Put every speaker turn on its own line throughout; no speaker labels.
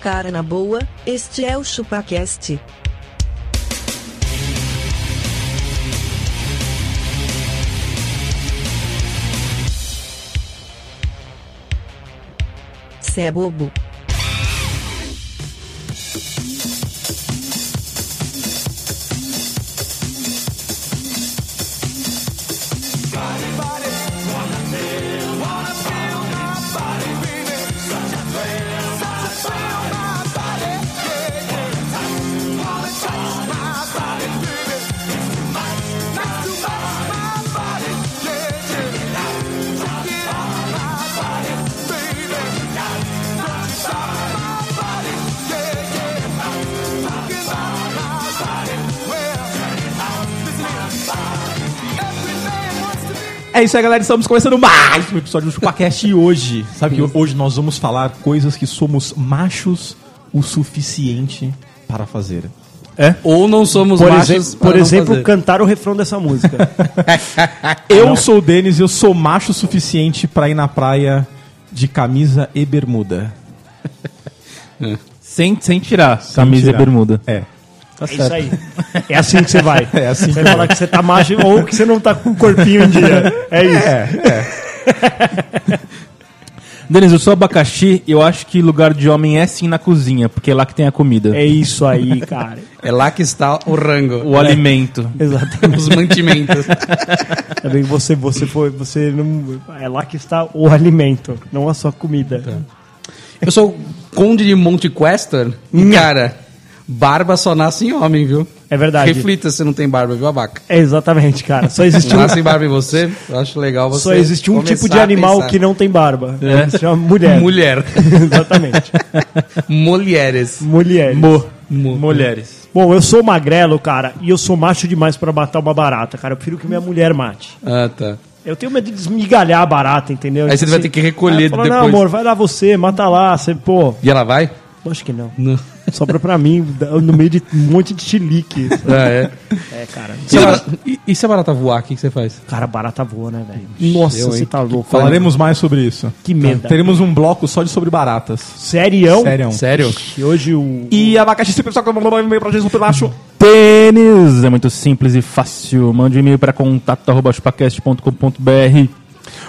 Cara na boa, este é o ChupaCast. Cê é bobo.
É isso aí, galera. Estamos começando mais um episódio do ChupaCast e hoje, sabe que hoje nós vamos falar coisas que somos machos o suficiente para fazer.
Ou não somos
Por,
machos.
exemplo,
para
por
não
exemplo,
fazer.
cantar o refrão dessa música.
Eu sou o Denis e eu sou macho o suficiente para ir na praia de camisa e bermuda.
sem, sem tirar.
Camisa
e bermuda.
É.
é isso aí. É assim que você vai.
É assim
Você vai falar que você tá macho ou que você não tá com o corpinho em dia. É isso.
Denis, eu sou abacaxi eu acho que lugar de homem é sim na cozinha, porque é lá que tem a comida.
É isso aí, cara.
É lá que está o rango,
O alimento.
Exatamente.
os mantimentos.
Também você, você foi, você não. É lá que está o alimento, não a sua comida.
Eu sou o conde de Monte Questor. E, cara, barba só nasce em homem, viu?
É verdade.
Reflita se não tem barba, viu, abaca?
É exatamente, cara. Só existe um,
Nasce barba em você, eu acho legal você.
só existe um tipo de
começar a
animal
pensar.
que não tem barba. É, Se chama mulher.
Mulher.
exatamente.
Mulheres.
Mulher.
Mulheres.
Bom, eu sou magrelo, cara, e eu sou macho demais pra matar uma barata, cara. Eu prefiro que minha mulher mate.
Ah, tá.
Eu tenho medo de desmigalhar a barata, entendeu? Tipo assim,
Aí você vai ter que recolher
fala, Não,
depois."
amor, vai lá você, mata lá, você, pô.
E ela vai?
Lógico que não.
Não.
Sobra pra mim, no meio de um monte de chilique.
Ah, é.
é, cara.
E se a barata- E, e se a barata voar, o que, que você faz?
Cara, barata voa, né, velho? Nossa,
eu,
você
hein?
tá louco.
Falaremos mais sobre isso.
Que medo.
Teremos um bloco só de sobre
né?
baratas.
Sério?
Sério.
Sério?
Que hoje o.
E abacaxi sempre pessoal que mandou e-mail pra gente no pelacho.
Denis, é muito simples e fácil. Mande um e-mail para contato.chupacast.com.br.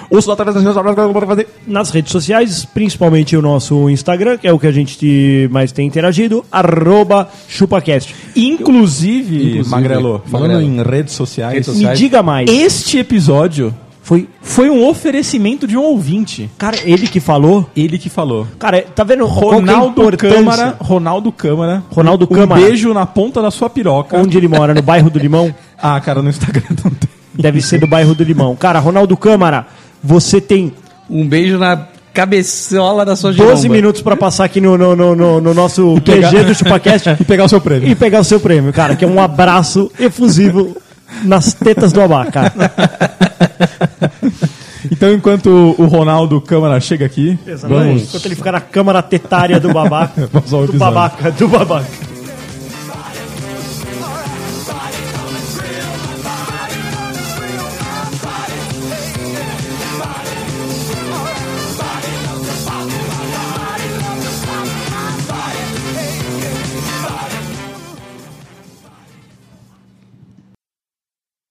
Ouço através das minhas obras que eu vou fazer.
nas redes sociais, principalmente o nosso Instagram, que é o que a gente mais tem interagido, arroba chupacast.
Inclusive,
Inclusive,
Magrelo, falando
Magrelo.
em redes sociais,
Redes
Me
sociais. Sai.
diga mais.
este episódio foi, foi um oferecimento de um ouvinte.
Cara, ele que falou.
Ele que falou.
Cara, tá vendo?
Ronaldo
Qual que é a importância?
Câmara, Ronaldo Câmara.
Ronaldo
um
Câmara.
beijo na ponta da sua piroca.
Onde ele mora? No bairro do Limão?
Ah, cara, no Instagram não tem.
Deve ser do bairro do Limão. Cara, Ronaldo Câmara, você tem
Um beijo na cabeçola da sua
12
giromba.
minutos pra passar aqui no, no, no, no- no nosso QG do ChupaCast
E pegar o seu prêmio.
e pegar o seu prêmio, cara, que é um abraço efusivo nas tetas do Abá, cara.
Então, enquanto o Ronaldo Câmara chega aqui,
Exatamente. Enquanto ele ficar na câmara tetária do babaca.
Vamos ao
do
episódio.
babaca, do babaca.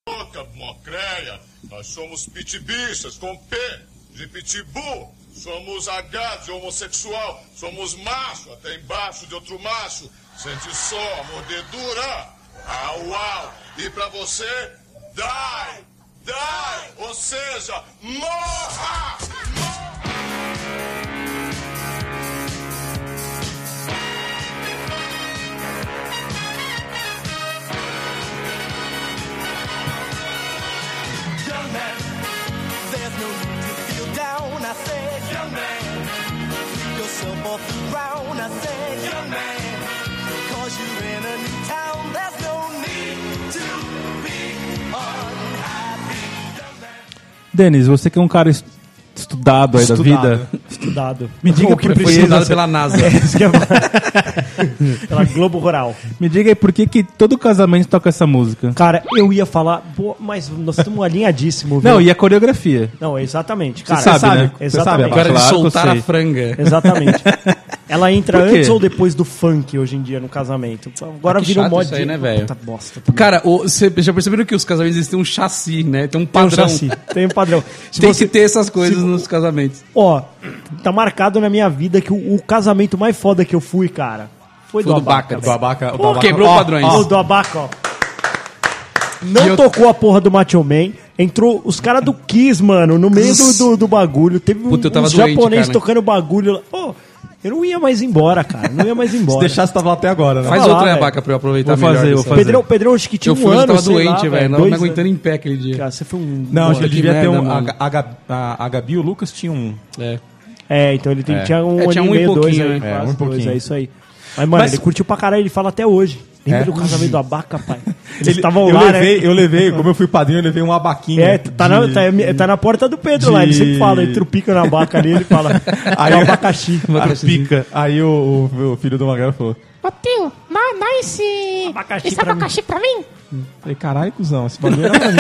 boca, mocréia. Nós somos pitibistas, com P, de pitbull. Somos agados, de homossexual. Somos macho, até embaixo de outro macho. Sente só, mordedura. Au, au. E pra você, dai, dai. Ou seja, morra!
Young man, there's no need to feel down. I said, young man, pick yourself off the ground. I said, young man, cause you're in a new town. There's no need to be unhappy. Young man.
Denis, você que é um cara est- estudado aí da
Estudado.
vida.
Estudado.
Me diga,
o que
por-
Foi
precisa
estudado
ser- É.
pela NASA.
pela Globo Rural.
Me diga aí por que, que todo casamento toca essa música.
Cara, eu ia falar, pô, mas nós estamos alinhadíssimos.
Não, e a coreografia?
Não, exatamente, cara.
sabe, né? Você sabe,
Exatamente.
Abá.
Agora de
Claro que eu
soltar a
sei.
franga.
Exatamente. Ela entra
Por quê?
antes ou depois do funk hoje em dia no casamento. Agora
Ah, que
vira um
chato
mod.
isso aí, né, velho?
Puta bosta. tá também.
Cara, o- cê- já perceberam que os casamentos eles têm um chassi, né? Tem um
Tem um
padrão.
chassi, tem um padrão. Se
Tem
você-
que ter essas coisas
se-
nos casamentos.
Ó, tá marcado na minha vida que o, o casamento mais foda que eu fui, cara, foi,
Foi
do
do Baca.
Abaca.
Do abaca, do
Pô,
abaca.
quebrou
Ó,
padrões.
Ó,
ó.
o do Abaca, ó. Não
E eu-
tocou a porra do Macho Man. Entrou os caras do Kiss, mano, no meio do, do, do bagulho. Teve um,
Puta, eu tava
uns
doente,
japoneses
cara.
tocando bagulho. lá. Pô, eu não ia mais embora, cara. Não ia mais
Se
embora.
deixasse, tava lá até agora, né?
Faz
Vai lá,
outra aí,
velho.
abaca pra eu aproveitar
Vou fazer,
melhor.
vou
dessa
O
vez.
Pedrão, o Pedrão, acho que tinha
Eu
um
fui, hoje eu
ano,
tava
sei lá,
doente, velho. Não
dois
me aguentando
anos.
em pé aquele dia.
Cara, você foi um...
Não, acho que
Pô, que
devia ter
merda,
um.
mano.
A, a, Gabi- a, a Gabi e o Lucas tinham um.
É.
É, então ele tem-
É.
tinha um
É, tinha
ano
um
e
e
meio, dois
pouquinho,
aí.
né?
É,
quase
um e pouquinho.
dois, é isso aí. Mas, mano, ele curtiu pra caralho, ele fala até hoje.
É.
Lembra do casamento do Abaca, pai? Eles
Ele-
estavam
eu
lá,
levei,
né?
eu levei, como eu fui padrinho, eu levei um abaquinho.
É, tá, na, tá, tá na porta do Pedro lá, ele
de-
sempre fala, ele trupica na abaca ali, ele fala,
É um
aí
eu-
abacaxi.
A pica. Aí o, o- o filho do Magrelo falou:
Ô tio, dá, dá esse.
Abacaxi
esse
pra mim.
abacaxi pra mim?
falei, caralho, cuzão, esse bagulho era pra mim.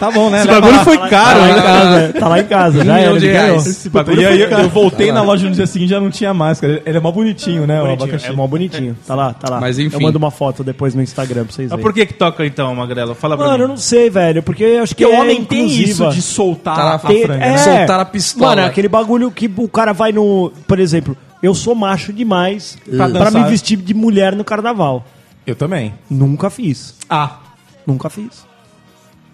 Tá bom, né?
Esse
Leva
bagulho
lá.
foi
Ah,
tá
caro,
lá em
né?
casa, tá lá em casa, já
Um Milhão
era,
de
ele ganhou.
reais.
Esse bagulho e aí eu, eu voltei na loja no dia seguinte já não tinha mais, cara. Ele é mó bonitinho, né? o
Bonitinho,
abacaxi.
é mó bonitinho, tá lá, tá lá.
Mas enfim. É
Eu mando uma foto depois no Instagram pra vocês
Mas
verem.
por que que toca então, Magrela? Fala pra
Mano, eu
mim.
não sei, velho, porque eu acho que
Porque o
é
homem tem isso
inclusiva.
de soltar
Tá lá,
a
tem-
franga. né?
é. Soltar a pistola.
Mano, é aquele bagulho que o cara vai no. Por exemplo, eu sou macho demais pra, pra
dançar.
me vestir de mulher no carnaval.
Eu também.
Nunca fiz.
Ah,
Nunca fiz.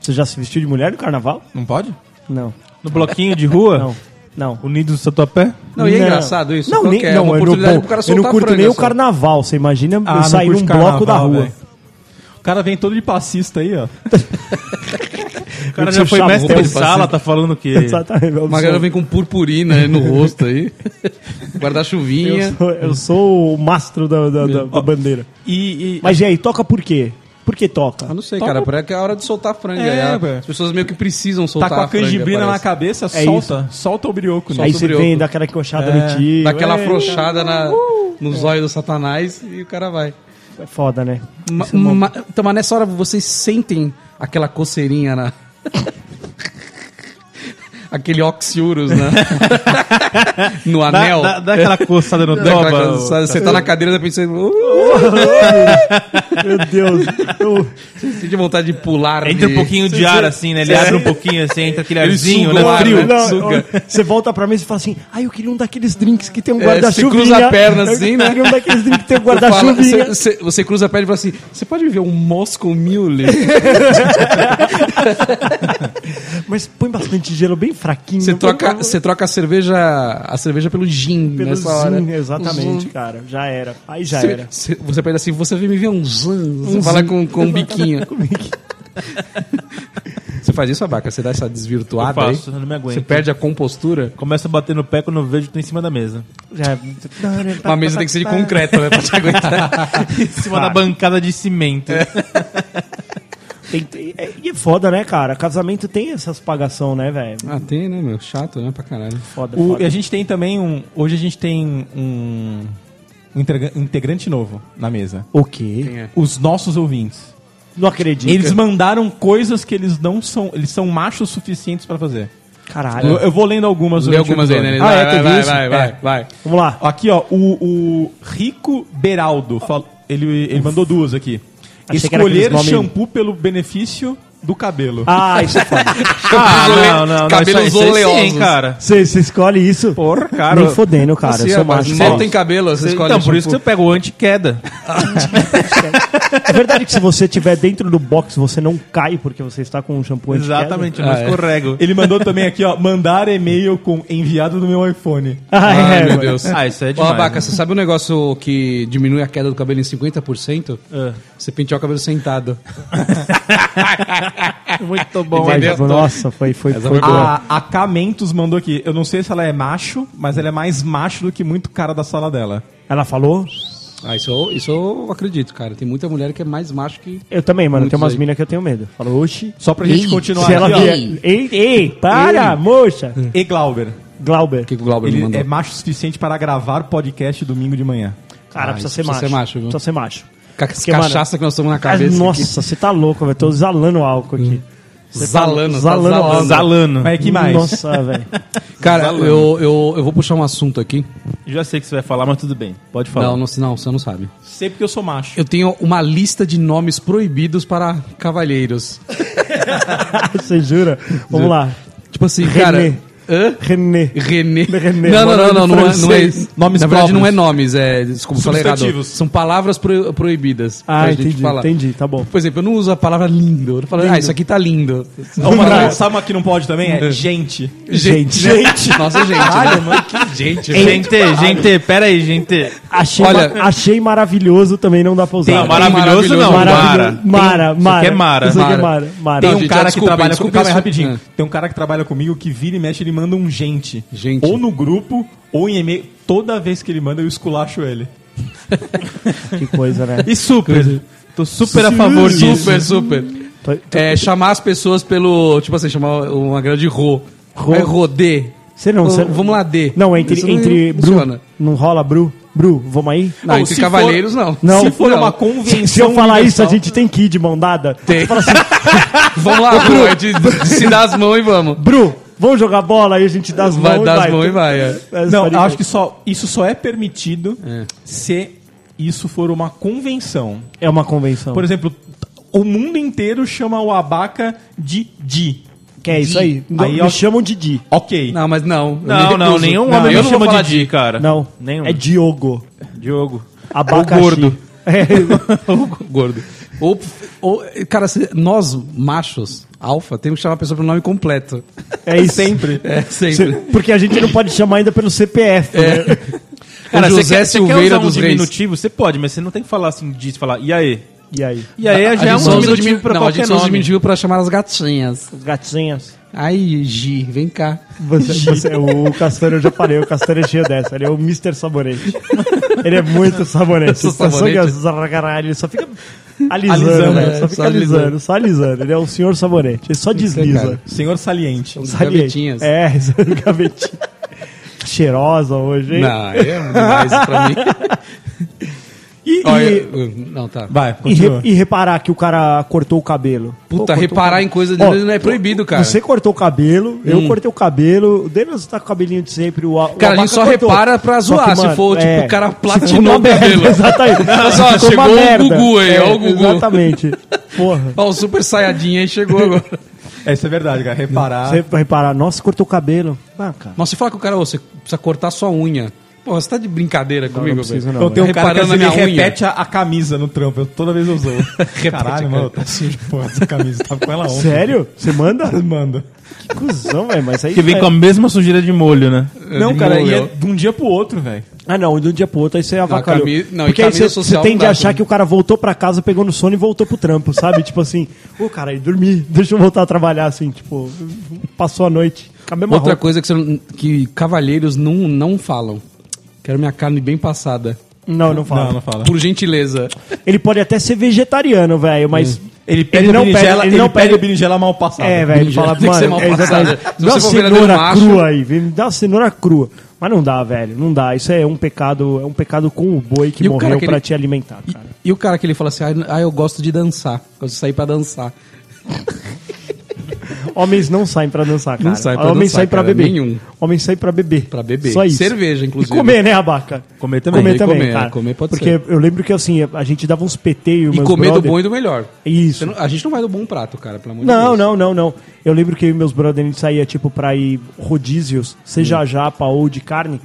Você já se vestiu de mulher no carnaval?
não pode?
Não.
No bloquinho de rua?
Não. Não.
Unido do Satuapé?
Não, e é engraçado isso?
Não,
Qual
nem,
que é?
não,
uma
eu, não
oportunidade
bom,
pro cara
eu
soltar
não curto
a
nem
franga,
o
só.
carnaval. Você imagina
Ah,
eu
não
sair
curte
num bloco da
carnaval,
rua.
velho. O cara vem todo de passista aí, ó.
O cara
Eu
já
te
foi
chamo,
mestre
roupa
de
de
sala,
passeio.
tá falando que...
Exatamente. Eu
O Magrelo
sou-
vem com purpurina aí no rosto aí. Guarda-chuvinha.
eu sou, eu sou o mastro da, da- da- da bandeira.
E, e-
Mas e aí, toca por quê? Por que toca?
Eu não sei, cara. Parece que é a hora de soltar a franga.
É,
é a-
velho.
as pessoas meio que precisam
tá
soltar
com a
franga,
canjibrina na
parece.
cabeça,
É
solta. Solta o brioco. né?
solta
aí
o
você
brioco.
vem daquela encoxada
É,
no tio.
Dá aquela
é,
afrouxada na, nos olhos do satanás e o cara vai.
É foda, né?
Ma- ma- então, mas nessa hora vocês sentem aquela coceirinha na. Aquele oxiurus, né? no anel.
Dá, dá, dá aquela coçada no
Dá aquela
toba.
coisa, sabe? Você tá na cadeira e pensa. Uh,
Meu Deus. Eu-
sente vontade de pular.
Entra
de-
um pouquinho de ar, assim, né? Ele abre um pouquinho, assim, entra aquele
Ele
arzinho,
suga
né?
o ar,
Frio.
né?
Não,
suga.
eu- você volta pra mim e você fala assim: ah, eu queria um daqueles drinks que tem um
É,
guarda-chuvinha.
você cruza a perna assim, né?
Eu queria um daqueles drinks que tem um
Fala- cê-
guarda-chuvinha.
cê- você cruza a pele e fala assim: você pode ver um Moscow Mule?
Mas põe bastante gelo bem fraquinho.
Você
põe um
troca,
pra-
você troca a cerveja, a cerveja pelo gin
pelo
nessa hora.
zin, exatamente, cara. Já era. Aí já
Cê-
era.
cê- você pede assim, você vem me ver um zan, você fala com, com um biquinho. você faz isso, abaca? Você dá essa desvirtuada
Eu faço,
aí?
eu não me aguento.
Você perde a compostura?
Começa a bater no pé quando eu vejo que tô em cima da mesa.
Já...
Uma mesa tem que ser de concreto, né? Pra te aguentar.
Em cima da bancada de
É.
cimento.
Tem- tem- é- E é foda, né, cara? Casamento tem essas pagação, né, velho?
Ah, é- tem, né, meu? Chato, né? Pra caralho.
Foda,
O-
foda.
e a gente tem também um. Hoje a gente tem um, um integra- integrante novo na mesa.
O quê?
é?
Os nossos ouvintes.
Não acredito.
Eles mandaram coisas que eles não são. Eles são machos suficientes pra fazer. Eu,
Caralho.
eu vou lendo algumas.
Lê
durante o
algumas aí, né?
episódio.
Vai,
Ah, é,
vai,
teve
vai,
isso?
vai,
É.
vai, vai.
Vamos lá.
Aqui, ó, o, o Rico Beraldo. fal- Ele, ele mandou duas aqui.
Achei que era
Escolher
aqueles nomes-
shampoo pelo benefício do cabelo.
Ah, isso é foda.
Ah,
não, não, não,
Cabelos
isso aí- isso aí sim,
oleosos. cara.
Você você escolhe isso?
Porra, cara.
Nem fodendo, cara.
Você
eu sou macho.
mal tem cabelo, você escolhe. tipo-
então, por isso que
shampoo.
você pega o anti-queda.
É verdade que se você estiver dentro do box, você não cai porque você está com um shampoo anti-queda?
Exatamente, eu não
Ah, é.
escorrego.
Ele mandou também aqui, ó, mandar e-mail com enviado do meu iPhone.
Ah,
Ai,
é,
meu
mano.
Deus.
Ah, isso aí é
Ó,
demais,
Abaca,
né?
você sabe um negócio que diminui a queda do cabelo em 50%?
É.
Você pentear o cabelo sentado.
Muito
Mas, nossa, foi, foi, foi boa.
A, a Kamentos mandou aqui. Eu não sei se ela é macho, mas ela é mais macho do que muito cara da sala dela.
Ela falou?
Ah, isso, eu- isso eu acredito, cara. Tem muita mulher que é mais macho que.
Eu também, mano.
Muitos
tem umas
aí.
minas que eu tenho medo. Falou, oxi.
Só pra gente continuar
Se ela
aqui,
vier... Ei, ei, para, moça.
ó. E Glauber.
Glauber.
Que o Glauber me
Ele
mandou.
é macho o suficiente para gravar podcast domingo de manhã.
Cara,
Ah,
precisa
isso
ser
precisa
macho.
ser macho, viu?
Precisa ser macho.
Ca-
Porque,
cachaça que nós tomamos na cabeça.
Ah, nossa, você tá louco, velho. Tô exalando álcool aqui.
que- Zalando, tá
Zalando
zalando.
álcool.
Zalano.
Mas é que mais?
Nossa, velho.
Cara, eu, eu, eu vou puxar um assunto aqui.
Já sei o que você vai falar, mas tudo bem. Pode falar.
Não, não, não, você não sabe.
Sei porque eu sou macho.
Eu tenho uma lista de nomes proibidos para cavalheiros.
Você jura? Vamos lá.
Tipo assim,
René.
cara. Hã?
René.
René.
René,
Não, não,
mano,
não, não, não, é- não é.
francês.
Nomes Na verdade,
próprios.
não é nomes, é. Desculpa, falei errado.
Substantivos.
São palavras pro- proibidas.
Ah,
pra gente
entendi,
falar.
entendi, tá bom.
Por exemplo, eu não uso a palavra lindo. Eu não falo, ah, isso aqui tá lindo.
Uma, não, sabe uma que não pode também? É gente.
Gente. gente. Nossa, gente. né? Caralho, mano, Ah, que gente. velho.
Gente, gente, pera aí, gente.
Achei,
Olha-
ma- achei maravilhoso também, não dá pra usar.
um
Não,
maravilhoso,
maravilhoso, não. Mara.
Maravilhoso. Mara,
Isso aqui é
Mara.
Mara.
Isso aqui é
Mara.
Mara. Mara.
Tem
Não,
um
gente,
cara
desculpa,
que trabalha
desculpa
comigo. Calma aí,
isso.
rapidinho.
Ah.
Tem um cara que trabalha comigo que vira e mexe, ele manda um gente.
Gente.
Ou no grupo, ou em e-mail. Toda vez que ele manda, eu esculacho ele.
Que coisa, né?
E super. Tô super a favor disso.
Super, super.
Tô- tô-
É, chamar as pessoas pelo. Tipo assim, chamar uma grande de Rô.
Rô?
É Rô, D.
Você não,
Ô,
você-
Vamos lá, D.
Não, entre,
Isso
entre Bru.
funciona.
Não rola Bru? Bru, vamos aí?
Não, é
Ou
entre
se
cavaleiros, não.
Não.
Se for
Não.
uma
Se,
convenção.
se eu falar isso, a
universal-
gente assim. tem que ir de mão dada.
Tem. vamos lá, Bru. A gente de se dá as mãos e vamos.
Bru, vamos jogar bola aí, a gente dá as mãos
Vai
e
dar as
vai.
mãos e vai. é.
Mas
Não,
pode-
eu acho que só, isso só é permitido se isso for uma convenção.
É uma convenção.
Por exemplo, o mundo inteiro chama o abaca de Di.
que é isso aí.
Aí
me
eu-
chamam de Di.
Ok.
Não, mas não. eu
Não,
me
não,
recuso.
nenhum
Não,
homem
eu
me
não vou
chama
falar
de Di, cara.
Não,
Nenhum.
é Diogo.
Diogo.
Abacaxi.
Ou gordo.
gordo. Ou, ou- cara, se- nós, machos, alfa, temos que chamar a pessoa pelo nome completo.
É isso. Sempre.
É, sempre. É.
Cê- Porque a gente não pode chamar ainda pelo CPF. né?
Cara,
o José
você quer, você quer
Silveira
usar um
dos Reis.
diminutivo? Você pode, mas você não tem que falar assim, de falar, e aí?
E aí?
E aí já é
A
um
gente só usa
diminutivo
dimin-
pra
não, a
qualquer
gente só usa
nome.
diminutivo pra chamar as gatinhas.
Gatinhas.
Ai, Gi, vem cá.
Você, você- o Castanho, eu já falei, o Castanho é cheio dessa. Ele é o Mr. Sabonete. Ele é muito sabonete.
Eu sou sabonete.
Ele só fica caralho, ele só fica alisando,
Alisando,
né?
é,
Só fica
só
alisando,
alisando.
só alisando. Ele é o senhor sabonete. Ele só desliza.
é, cara.
Senhor saliente.
Os
Sabe?
gavetinhas.
É, gavetinha. Cheirosa hoje, hein?
Não, é
um
demais pra mim.
E,
Olha,
e-
eu- não, tá.
Vai,
e,
continua.
re- e reparar que o cara cortou o cabelo.
Puta,
Pô, cortou o
reparar em coisa de
Ó,
Deus não é proibido, cara. Hum.
Você cortou o cabelo, eu cortei o cabelo, o Denis tá com o cabelinho de sempre, o, a- o
Cara, a gente
Abaca
só
cortou.
repara pra
Só
zoar,
que, mano,
se for,
é,
tipo, o cara
se for uma
platinou o cabelo.
merda, Exatamente.
Mas, ó,
Se for uma
chegou o
merda. É,
Gugu aí, ó, o Gugu.
Exatamente. Porra.
Ó, o super saiadinho aí chegou agora.
É, Isso é verdade, cara. Reparar.
Você reparar, nossa, cortou o cabelo. Ah, cara.
Nossa, se falar com o cara, ô, você precisa cortar sua unha. Porra, você tá de brincadeira comigo,
preciso,
velho?
não,
Eu tenho um cara que
Reparando
assim,
na
ele
minha unha.
repete a, a camisa no trampo. Eu, toda vez eu zoo.
cara.
Caralho, mano, tá sujo, pô, essa camisa. Tava com ela ontem.
Sério? Você manda?
Manda.
Que cuzão, velho. Mas aí.
Que vem
é-
com a mesma sujeira de molho, né?
Não, cara, e é
Demoleu.
de um dia pro outro, velho.
Ah, não, de um dia pro outro, aí você avacalhou.
camisa- não, e
Porque aí
camisa
você,
social
você tem
não
de
dá,
achar
né?
que o cara voltou pra casa, pegou no sono e voltou pro trampo, sabe? tipo assim, ô, cara, aí dormi, deixa eu voltar a trabalhar, assim, tipo, passou a noite. Com a mesma
Outra
roupa.
coisa que, você não- que cavalheiros não, não falam. Quero minha carne bem passada.
Não, não fala.
Não, não fala.
Por gentileza.
Ele pode até ser vegetariano, velho, mas.
Ele pede a
não
berinjela,
pede-
ele
ele não
pede
pede-
a berinjela mal passada.
É, velho, ele
Ninja.
fala,
Tem que ser
mano,
mal
é,
passada.
exatamente.
Se
Me dá
você
uma
for verdadeiro
cenoura
macho-
crua aí, vem, me dá uma cenoura crua. Mas não dá, velho, não dá. Isso é um pecado, é um pecado com o boi que
E o
morreu
cara que
pra
ele-
te alimentar, cara.
E o cara que ele fala assim, ah, eu gosto de dançar. Gosto de sair pra dançar.
Homens não saem pra dançar, cara.
Não saem pra
Homens
dançar,
saem pra
cara,
beber.
nenhum.
Homens saem pra beber.
Pra beber.
Só isso.
Cerveja,
E
inclusive.
comer, né, abaca?
Comer também.
Comer
E
também,
comer,
cara.
comer pode
Porque
ser.
eu lembro que, assim, a gente dava uns PT
E comer do bom e do melhor. Você
Isso.
não- a gente não vai do né? bom prato, cara, pelo amor
Não,
de Deus.
não, não, não. Eu lembro que eu e meus brothers, a gente saía, tipo, pra ir rodízios, seja
Hum.
japa ou de carne.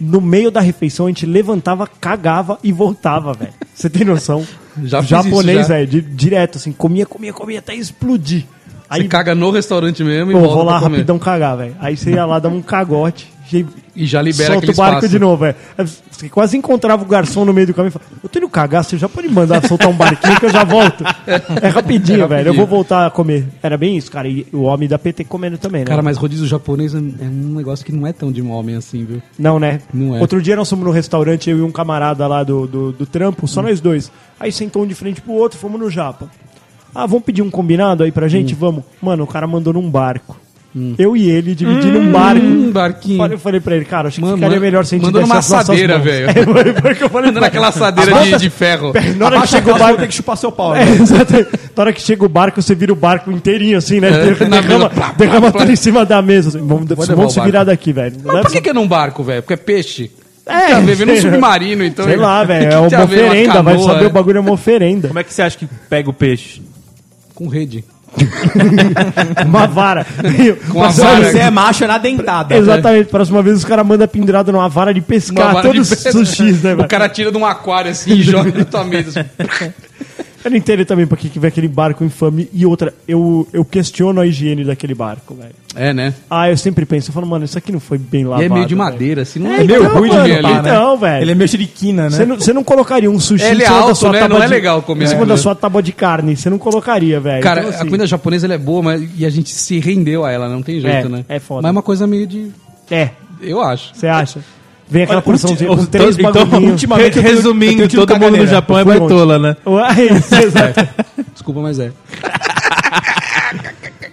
No meio da refeição, a gente levantava, cagava e voltava, velho. Você tem noção?
Já fiz
Japonês,
isso, já.
velho, di- direto, assim, comia, comia, comia até explodir.
Você
Aí,
caga no restaurante mesmo e
pô,
volta
vou lá
pra comer.
rapidão cagar, velho. Aí você ia lá, dava um cagote. E
E já libera
solta
aquele
o barco
espaço.
de novo, é. Aí Você quase encontrava o garçom no meio do caminho e falava, eu tô indo cagar, você já pode mandar soltar um barquinho que eu já volto. É rapidinho, velho, eu vou voltar a comer. Era bem isso, cara, e o homem da PT comendo também, né?
Cara, mas rodízio japonês é é um negócio que não é tão de homem assim, viu?
Não, né?
Não é.
Outro dia nós fomos no restaurante, eu e um camarada lá do, do, do trampo,
Hum.
só nós dois. Aí sentou um de frente pro outro, fomos no Japa. Ah, vamos pedir um combinado aí pra gente?
Hum.
Vamos. Mano, o cara mandou num barco. Eu e ele dividindo um barco.
Um barquinho.
Falei- Eu falei pra ele, cara, acho que
Mano,
ficaria
mano,
melhor se a gente
mandou numa
deixasse nossas
assadeira,
mãos.
velho.
É, foi- foi o que eu falei
Mandando
pra ele.
aquela assadeira
As
de,
mãos-
de ferro.
Na hora que chega o
Agora
barco,
tem que chupar seu pau. né?
é, exatamente. Na hora que chega o barco, você vira o barco inteirinho, assim, né?
É, Na
derrama
mesa, plá, plá,
derrama
plá.
tudo em cima da mesa. assim, Vamos,
levar
vamos
o
se
barco.
virar daqui, velho.
Mas por que, que é num barco, velho? Porque é peixe.
É,
tá vivendo um submarino, então.
Sei lá, velho.
Que
É
que tem
uma
a ver
oferenda,
canoa,
vai saber
né?
o bagulho é uma oferenda.
Como é que você acha que pega o peixe?
Com rede.
uma vara.
Com a
Se
vara.
você é macho, é na dentada.
Exatamente, próxima vez os caras mandam pendurado numa vara de
Uma
pescar
vara de
todos os
pedra.
sushis, né, velho?
O cara tira de um aquário assim e joga na tua mesa. assim.
Eu não entendo também pra que que vem aquele barco infame e outra. Eu, eu questiono a higiene daquele barco, velho.
É, né?
Ah, eu sempre penso, eu falo, mano, isso aqui não foi bem
E
lavado.
é meio de
velho.
madeira, assim. Não
É, então,
meio ruim de
mano,
ver ali.
né?
Então, velho.
Ele é meio chiriquina, né?
Você não, você não colocaria um sushi
É, ele é
em cima da
alto,
sua
né?
tábua
Não é
de-
legal comer,
Em cima
né?
da sua tábua de carne, você não colocaria, velho.
Cara,
Então, assim,
a comida japonesa ela é boa, mas e a gente se rendeu a ela, não tem jeito,
É,
né?
é foda.
Mas é uma coisa meio de.
É,
Eu acho.
você acha? Vem aquela porçãozinha com
Então,
três
então,
bagulhinhos.
ultimamente eu tenho- eu
resumindo,
tenho tido
todo mundo no
caganeira.
Japão é
Eu fui longe.
baitola, né?
Ué, isso, exato.
Desculpa, mas é.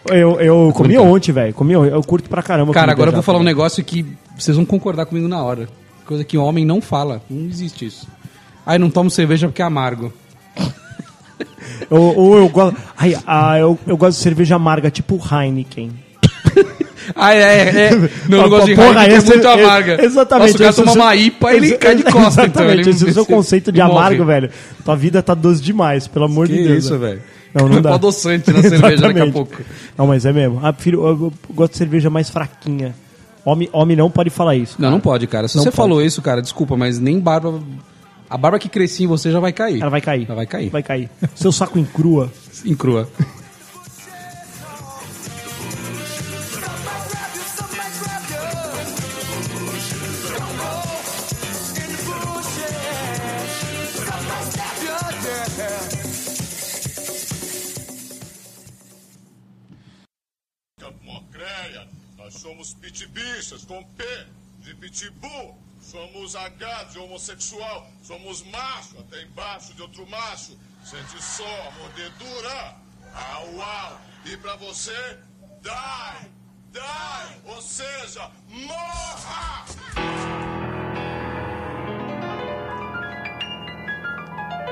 Eu, eu comi ontem, velho. Comi ontem. Eu curto pra caramba.
Cara,
comida
agora eu vou
japa,
falar um
velho.
negócio que vocês vão concordar comigo na hora. Coisa que homem não fala. Não existe isso. Aí não tomo cerveja porque é amargo.
Ou, ou eu gosto. Ai, ah, eu, eu gosto de cerveja amarga, tipo Heineken.
Ah, é, é. é. Não, eu não gosto de Heineken,
Porra,
que é
esse-
muito
é-
amarga.
Exatamente.
Nossa, o cara
esse é
toma
seu-
uma IPA, ele
exa-
cai de costas.
Exatamente.
então, ele-
esse é o seu conceito de
ele morre.
amargo, velho. Tua vida tá doce demais, pelo amor de
Que
Deus.
isso, velho.
Não, não
Vai
dá.
pôr adoçante na cerveja daqui a
Exatamente.
pouco.
Não, mas é mesmo. Ah, prefiro, eu, eu gosto de cerveja mais fraquinha. Homem, homem não pode falar isso.
Não, não pode, cara. Se
Não
você
pode.
falou isso, cara, desculpa, mas nem barba. A barba que crescia em você já vai cair.
Ela vai cair.
Ela vai cair.
Vai cair. Seu saco em crua.
Em crua.
Mocreia, nós somos pitbichas com P de pitbull. Somos H de homossexual. Somos macho até embaixo de outro macho. Sente só, mordedura. Au, au. E pra você, dai, dai. Ou seja, morra!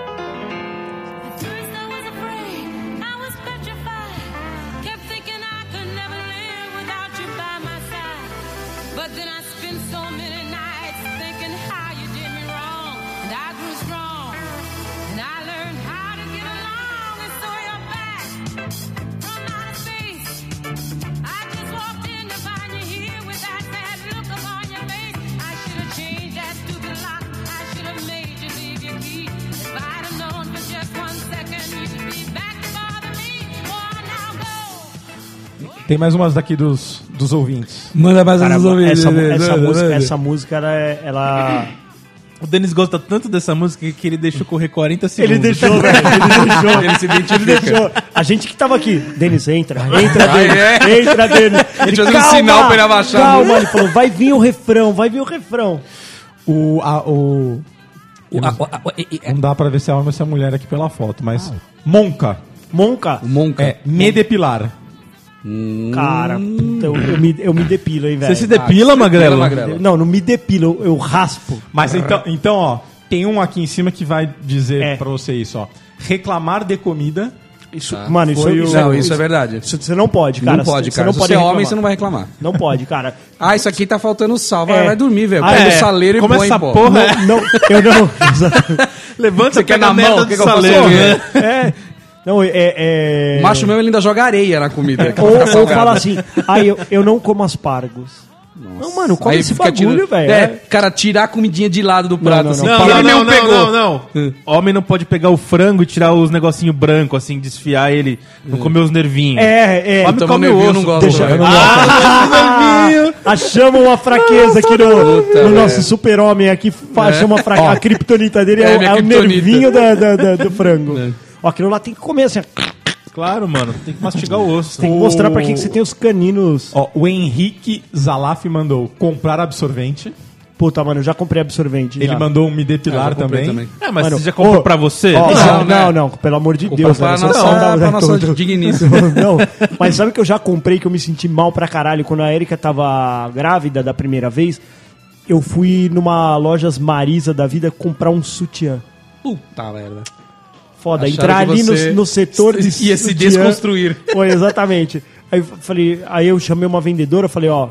At first I was afraid, I was petrified. Kept thinking I could never live without you by my side. But then I spent so many nights thinking how you did me wrong. And I grew strong. And I learned how to get along. And so you're back from outer space. I just walked in to find you here with that bad look upon your face. I should have changed that stupid lock. I should have made you leave your key. If I'd have known for just one second, you'd be back to bother me. Oh, now go.
Tem mais umas daqui dos, dos ouvintes.
Manda mais
Cara, essa, essa
né?
música, essa música ela, é- ela
O Denis gosta tanto dessa música que ele deixou correr 40 segundos.
Ele deixou, velho. Ele deixou.
né? Ele se identifica.
Ele deixou. A gente que tava aqui. Denis, entra. Entra,
Ah,
Denis.
é?
Entra, Denis.
gente fez um sinal pra ele abaixar a
Calma, ele falou, vai vir o refrão, vai vir o refrão.
O, a, o... Não dá pra ver se é homem ou se é mulher aqui pela foto, mas... Monca.
Monca.
Monca.
É, me depilar.
Cara, puta, eu, eu me, eu me depilo, hein, velho.
Você se depila, Magrelo?
Magrelo.
Não, não me depilo, eu, eu raspo.
Mas então, então, ó, tem um aqui em cima que vai dizer
É.
pra você isso, ó. Reclamar de comida.
Isso, mano, isso,
Foi
isso,
o-
Ah. Não, isso é verdade.
isso você não pode, cara.
não pode,
você,
cara.
Você
Se
não
você
pode
é homem,
reclamar.
você não vai reclamar.
Não pode, cara.
Ah, isso aqui tá faltando sal. Vai,
É.
vai dormir, velho.
Ah,
Pega
é.
o saleiro e
Como
põe,
essa
pô.
porra é?
Não, eu não.
Levanta,
tá
Você quer na mão? O que que eu faço?
É. Não, é. é...
Macho mesmo ele ainda joga areia na comida. que fica
Ou, ou
salgada.
fala assim, aí eu, eu não como aspargos. Não, mano, come
Aí
esse
fica
bagulho,
tirando-
velho.
É, cara, tirar a comidinha de lado do prato.
não,
assim.
Não,
Ele
não, não,
mesmo
não,
pegou.
não, não. Homem não pode pegar o frango e tirar os negocinho branco, assim, desfiar ele, não comer os nervinhos.
É, é.
Homem
Então,
come
meu,
o
eu
osso.
não gosto,
Deixa,
velho.
eu não
Ah, achamos uma fraqueza aqui no, no nosso super-homem aqui. fa- Achamos uma fraqueza. A criptonita dele é,
É,
o-
minha
é o
criptonita. É.
nervinho da, da- da- do frango. Ó, aquilo lá tem que comer assim. ó.
Claro, mano. Tem que mastigar o osso.
Tem que mostrar pra quem que você tem os caninos.
tá- Ó, o Henrique Zalaf mandou comprar absorvente.
Puta, mano, eu já comprei absorvente.
Ele
já.
mandou um me
Ah,
depilar
já comprei
também.
também.
É, mas
Mano,
você já comprou
ô,
pra você?
Ó,
Não,
não,
né?
não, não, pelo amor de
Comprar
Deus.
pra
velho, você
nossa-
só dá-
pra
dá
nossa
conta.
digníssima.
Não, mas sabe que eu já comprei que eu me senti mal pra caralho quando a Erika tava grávida da primeira vez? Eu fui numa lojas Marisa da vida comprar um sutiã.
Puta merda.
Foda,
Acharam
entrar
que
ali no,
você
no setor de
ia se desconstruir.
Foi, exatamente. Aí eu falei, aí eu chamei uma vendedora, falei, ó,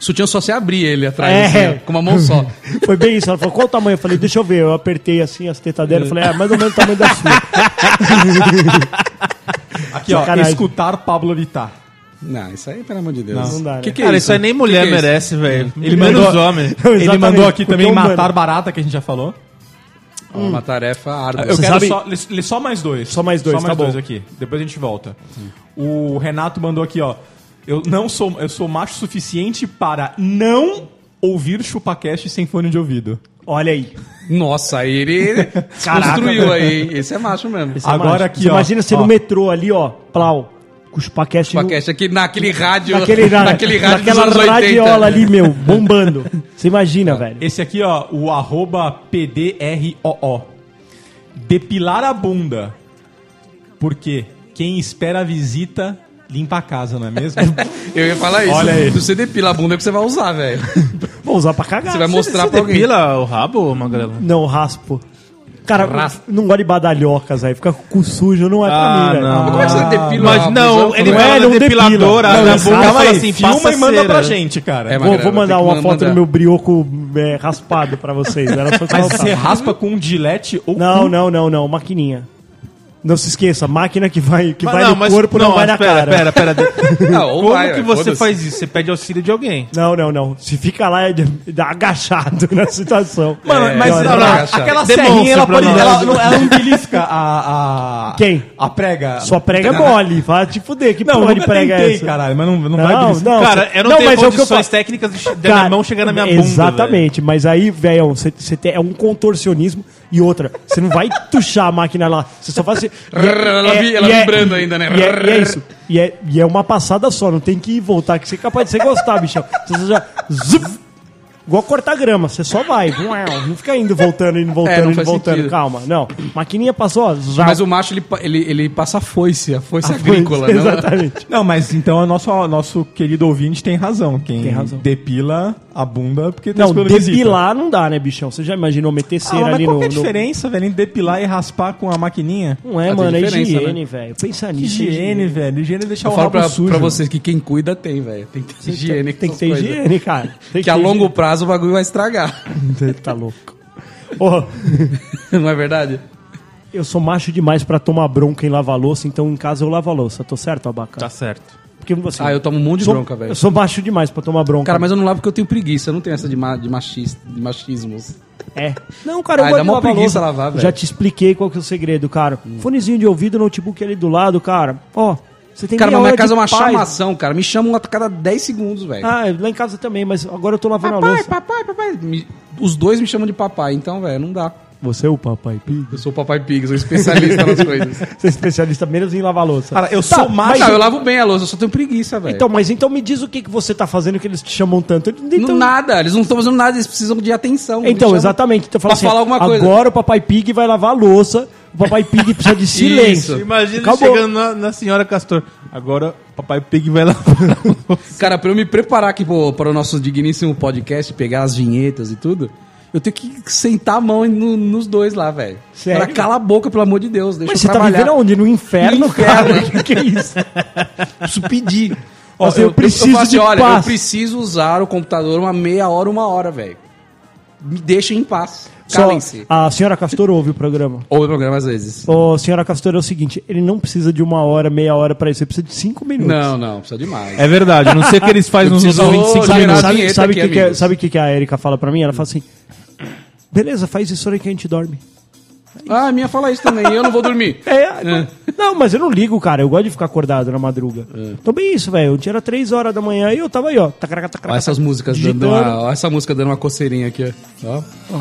sutiã só se abria ele atrás,
É.
assim, ó, com uma mão só.
Foi bem isso. Ela falou, qual o tamanho? Eu falei, deixa eu ver. Eu apertei assim as tetas dela e falei, ah, mais ou menos o tamanho da sua.
Aqui, ó,
Sacanagem.
escutar Pablo Vittar.
Não, isso aí, pelo amor de Deus.
Não dá, né?
que que é
Cara,
isso?
isso aí nem mulher
Que que é isso?
merece, velho. Ele
Ele
menos
mandou-
homem.
Ele
Exatamente,
mandou aqui também
porque é
matar
humano.
barata, que a gente já falou.
Ó, Uma tarefa árdua.
Eu
Você
quero
sabe-
só, lê, lê só mais dois.
Só mais dois,
Só mais
tá
dois
bom.
aqui. Depois a gente volta. O Renato mandou aqui, ó. Eu não sou, eu sou macho o suficiente para não ouvir ChupaCast sem fone de ouvido.
Olha aí.
Nossa, aí ele construiu aí. Esse é macho mesmo.
Você
Agora
imagina-
aqui,
você
ó.
Imagina você
Ó.
no metrô ali, ó, plau, com os paquetes.
Chupa Cash, aqui naquele rádio.
Naquele, na,
naquele rádio dos
naquela
anos 80.
radiola ali, meu, bombando. Você imagina, velho.
Esse aqui, ó, o arroba PDROO. Depilar a bunda. Porque quem espera a visita limpa a casa, não é mesmo?
Eu ia falar isso.
Olha aí.
Se você depila a bunda é que você vai usar, velho.
Vou usar pra cagar.
Você vai mostrar pra alguém.
Depila o rabo, Magrela?
Não, raspo. Cara, não gosto de badalhocas, velho. Fica com o cu sujo, não é pra
Ah,
mim, velho.
não.
Como é que você depila a
Mas não,
bunda?
ele
Não
vai
é,
na
não depila.
depiladora,
Não,
abre a
mas
boca e
calma
fala
aí,
assim,
Filma
passa
e manda pra
cera.
gente, cara.
É, mas- Magrela,
Vou, vou
vai
mandar
ter que
uma foto
mandar.
do meu brioco é, raspado pra vocês. Era só
Mas
colocar.
você raspa com um dilete ou
Não, não, não, não. Maquininha. Não se esqueça, máquina que vai, que
Mas
vai no corpo não, vai na
pera,
cara.
Pera, pera,
Não, ou
Como
vai,
que
vai,
você
foda-se.
faz isso? Você pede auxílio de alguém.
Não, não, não. Se fica lá é de- dá agachado na situação.
Mano,
É,
mas não,
não,
não,
não,
agachado.
aquela
Demonstra
serrinha, ela
pra
pode.
nós.
Ela, não- ela não belisca a, a.
Quem?
A prega.
Sua prega é mole. Vai te fuder. Que
Não, eu
porra de
nunca
prega é
tentei,
essa?
caralho, mas não, não,
Não,
vai beliscar.
não.
Cara, eu não,
Não,
tenho
mas é o que eu
condições
falo.
técnicas de, da
Cara,
minha mão chegar na minha bunda.
Exatamente, mas aí, velho, você você tem- é um contorcionismo e outra. Você não vai tuchar a máquina lá. Você só faz. assim- e
Ela vi- ela
e
vibrando ainda, né?
E é, e é isso. E é, e é uma passada só, não tem que ir e voltar, que você é capaz de você gostar, bichão. Você já. Zup, igual cortar grama, você só vai. Uau, Não fica indo, voltando, indo, voltando,
não
indo,
faz
voltando.
sentido.
Calma, não. Maquininha passou, ó. já-
Mas o macho, ele, pa- ele, ele passa a foice, a foice
Foi,
agrícola, né?
Exatamente.
Não, mas então o nosso, nosso querido ouvinte tem razão. Quem
Tem razão.
depila a bunda porque tá
Não,
esperando
depilar não dá, né, bichão? Você já imaginou meter
Ah,
cera
mas
ali
qual
no.
que é a
no-
diferença, velho, em depilar e raspar com a maquininha?
Não é,
Mas tem
mano, é
diferença, né?
higiene, velho. Pensa
Que
nisso. é
higiene, velho. Higiene é deixar
Eu
o
falo
rabo
pra,
sujo.
pra vocês que quem cuida tem, velho. Tem que ter higiene. com
Tem que
essas
ter
coisas.
higiene, cara. Tem
Que a longo prazo o bagulho vai estragar.
prazo. Tá louco. Ó,
Não é verdade?
eu sou macho demais pra tomar bronca em lavar louça, então em casa eu lavo a louça. Tô certo, abaca?
Tá certo.
Porque assim,
Ah, eu tomo um monte de
sou-
bronca, velho.
Eu sou um macho demais pra tomar bronca.
Cara, mas eu não lavo porque eu tenho preguiça. Eu não tenho essa de, ma de, machis- de machismos.
É. Não, cara, eu
Ah,
gosto
dá
de
mó
lavar
preguiça
louça.
lavar, velho. Hum.
Já te expliquei qual que é o segredo, cara. Fonezinho de ouvido, notebook ali do lado, cara. Ó, você tem
Cara,
meia
mas minha
hora
casa é
de
uma
paz.
chamação, cara. Me chamam a cada 10 segundos, velho.
Ah, lá em casa também, mas agora eu tô lavando a
papai,
louça.
papai, papai. Me- Os dois me chamam de papai, então, velho, não dá.
Você é o papai pig?
Eu sou o papai pig, sou especialista nas coisas.
Você é especialista menos em lavar louça.
Cara, eu
Tá,
sou
Mas
macho.
não, eu lavo bem a louça, eu só tenho preguiça, velho.
Então, mas então me diz o que, que você tá fazendo que eles te chamam tanto. Então,
Não, nada, eles não estão fazendo nada, eles precisam de atenção. Eles
então
chamam-
exatamente. Então, fala
Pra falar alguma coisa.
Agora o Papai Pig vai lavar a louça. O Papai Pig precisa de silêncio.
Isso.
Imagina ele
Acabou.
chegando na, na senhora Castor. Agora o papai Pig vai lá.
Cara, pra eu me preparar aqui pro, para o nosso digníssimo podcast, pegar as vinhetas e tudo, eu tenho que sentar a mão no- nos dois lá, velho.
Sério?
Pra cala a boca, pelo amor de Deus, deixa
Mas
eu
você tá
trabalhar.
vivendo onde? No inferno,
No inferno.
cara? Que que é isso?
Preciso pedir.
Ó, eu preciso
falo assim,
de
olha, eu
paz.
preciso usar o computador uma meia hora, uma hora, velho. Me deixem em paz.
Só,
Calem-se.
a senhora Castor ouve o programa.
Ou o programa às vezes.
Ô, senhora Castor, é o seguinte, ele não precisa de uma hora, meia hora pra isso, ele precisa de cinco minutos.
Não, não, precisa demais.
É verdade, eu não sei o que eles fazem nos
preciso-
últimos 25
Sabe-
minutos.
Sabe- vinheta
Sabe o
aqui,
que, que, é-
amigos.
sabe o que, que a Erika fala pra mim? Ela fala assim, beleza, faz isso aí que a gente dorme.
Ah, a minha fala isso também, eu não vou dormir.
É, não- Não, mas eu não ligo, cara. Eu gosto de ficar acordado na madruga.
É.
Então, bem isso, velho. Ontem era três horas da manhã e eu tava aí, ó. Tacaraca,
Olha
tacaraca,
essas
tac-
músicas dando
digitando.
uma, ó, essa música dando uma coceirinha aqui, ó. Ó.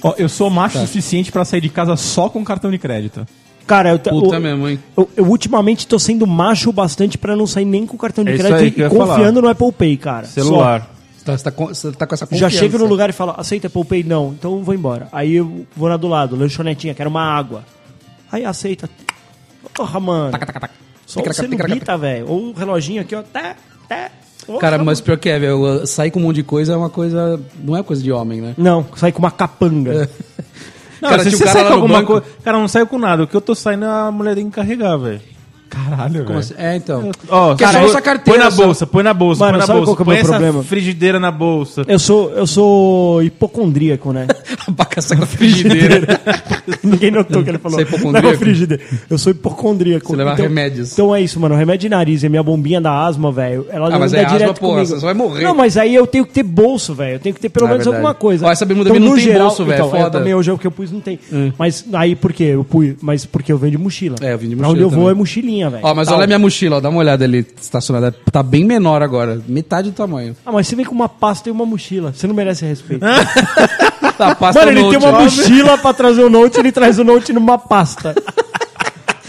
Ó, eu sou macho
Tá.
o suficiente pra sair de casa só com cartão de crédito.
Cara, eu, ta-
Puta
eu-
mesmo, hein?
eu- eu ultimamente tô sendo macho bastante pra não sair nem com cartão de
É isso
crédito
aí que eu
e
ia
confiando no Apple Pay, cara.
Celular.
Você tá, você tá com, você tá com essa
Só.
confiança.
Já chego no lugar e falo, aceita Apple Pay? Não, então eu vou embora. Aí eu vou na do lado, lanchonetinha, quero uma água. Aí aceita. Porra, mano.
Taca, taca, taca.
Só
Taca,
você
taca,
não
taca,
grita, velho. Ou o reloginho aqui, ó. Tá, tá. Porra,
Cara, mas
mano.
pior que é, velho, eu- sair com um monte de coisa é uma coisa. Não é coisa de homem, né?
Não, sai com uma capanga.
Não,
Cara,
se
tinha um
você
cara
sai
lá
com
no
alguma
banco-
é
coisa. Cara, eu não saiu com nada. O que eu tô saindo, a mulher tem que carregar, velho.
Caralho,
Como
velho.
assim? É, então.
Ó,
Porque é só
põe-
essa carteira,
Põe na
só.
bolsa, põe na bolsa,
Mano,
põe na
sabe
bolsa.
qual que é o
põe
meu
essa
problema?
frigideira na bolsa.
Eu sou, eu sou hipocondríaco, né?
Abacaça com a frigideira.
Ninguém notou o que ele falou.
Você é hipocondríaco?
Não, frigideira. Eu sou hipocondríaco.
Você leva remédios.
Então é isso, mano. Remédio de nariz. E minha bombinha da asma, velho. Ela não
mas
dá
é
direto
asma, porra,
comigo.
você só vai morrer.
Não, mas aí eu tenho que ter bolso, velho. Eu tenho que ter pelo
É
menos
verdade.
alguma coisa.
Ó, essa bermuda minha não
no
tem bolso, velho,
Então,
é
eu
foda.
também hoje é o que eu pus, não tem. Mas aí por quê? Eu pus, mas porque eu venho de mochila.
É, eu vim de
Pra
mochila
onde eu vou
também.
é mochilinha, velho.
Ó, mas
Tal.
olha a minha mochila, ó, dá uma olhada ali, estacionada. Tá bem menor agora, metade do tamanho.
Ah, mas você vem com uma pasta e uma mochila. Você não merece respeito.
Tá, passa
Mano, ele
note,
tem uma
ó.
mochila pra trazer o note, ele traz o note numa pasta.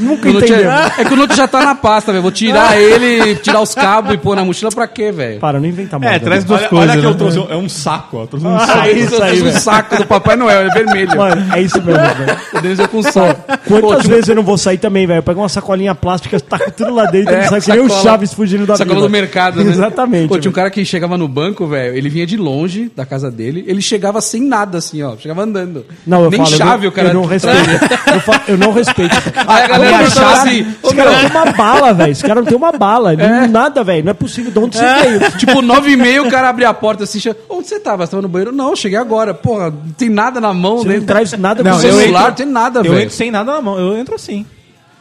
Nunca
O note
entendeu.
é, é que o note já tá na pasta, velho. Vou tirar ele, tirar os cabos e pôr na mochila pra quê, velho?
Para, não inventa moda.
É, traz duas
Olha,
coisas.
olha que
né?
eu trouxe. É um saco, ó. Eu Trouxe um
Ah,
saco.
é isso
eu
aí,
fiz um
velho.
saco do Papai Noel, é vermelho.
Mano, é isso mesmo, velho.
O Denis é com saco. Pô,
Quantas
tipo,
vezes eu não vou sair também, velho? Eu pego uma sacolinha plástica, taco tudo lá dentro,
É,
é, sai que nem o
sacola-
Chaves fugindo da
Sacola
vida.
do mercado, né?
Exatamente.
Pô, tinha um
velho.
cara que chegava no banco, velho, ele vinha de longe da casa dele, ele chegava sem nada, assim, ó. Chegava andando.
Não, eu
Nem
falo, eu
chave
não-
o cara...
Eu não respeito. eu, falo, eu não respeito.
Aí a galera
Minha
perguntava
chave-
assim, ô,
Esse cara
meu-
não tem uma bala, velho. Esse cara não tem uma bala. Não- Nada, velho. Não é possível. De onde você veio?
Tipo, nove e meia, o cara abria a porta assim, chama, onde você tava? Você tava no banheiro? Não, cheguei agora. Porra, não tem nada na mão,
Você
né?
não traz nada
Não,
pro seu
eu
celular.
celular, não tem nada,
Eu
velho.
entro sem nada na mão, eu entro assim.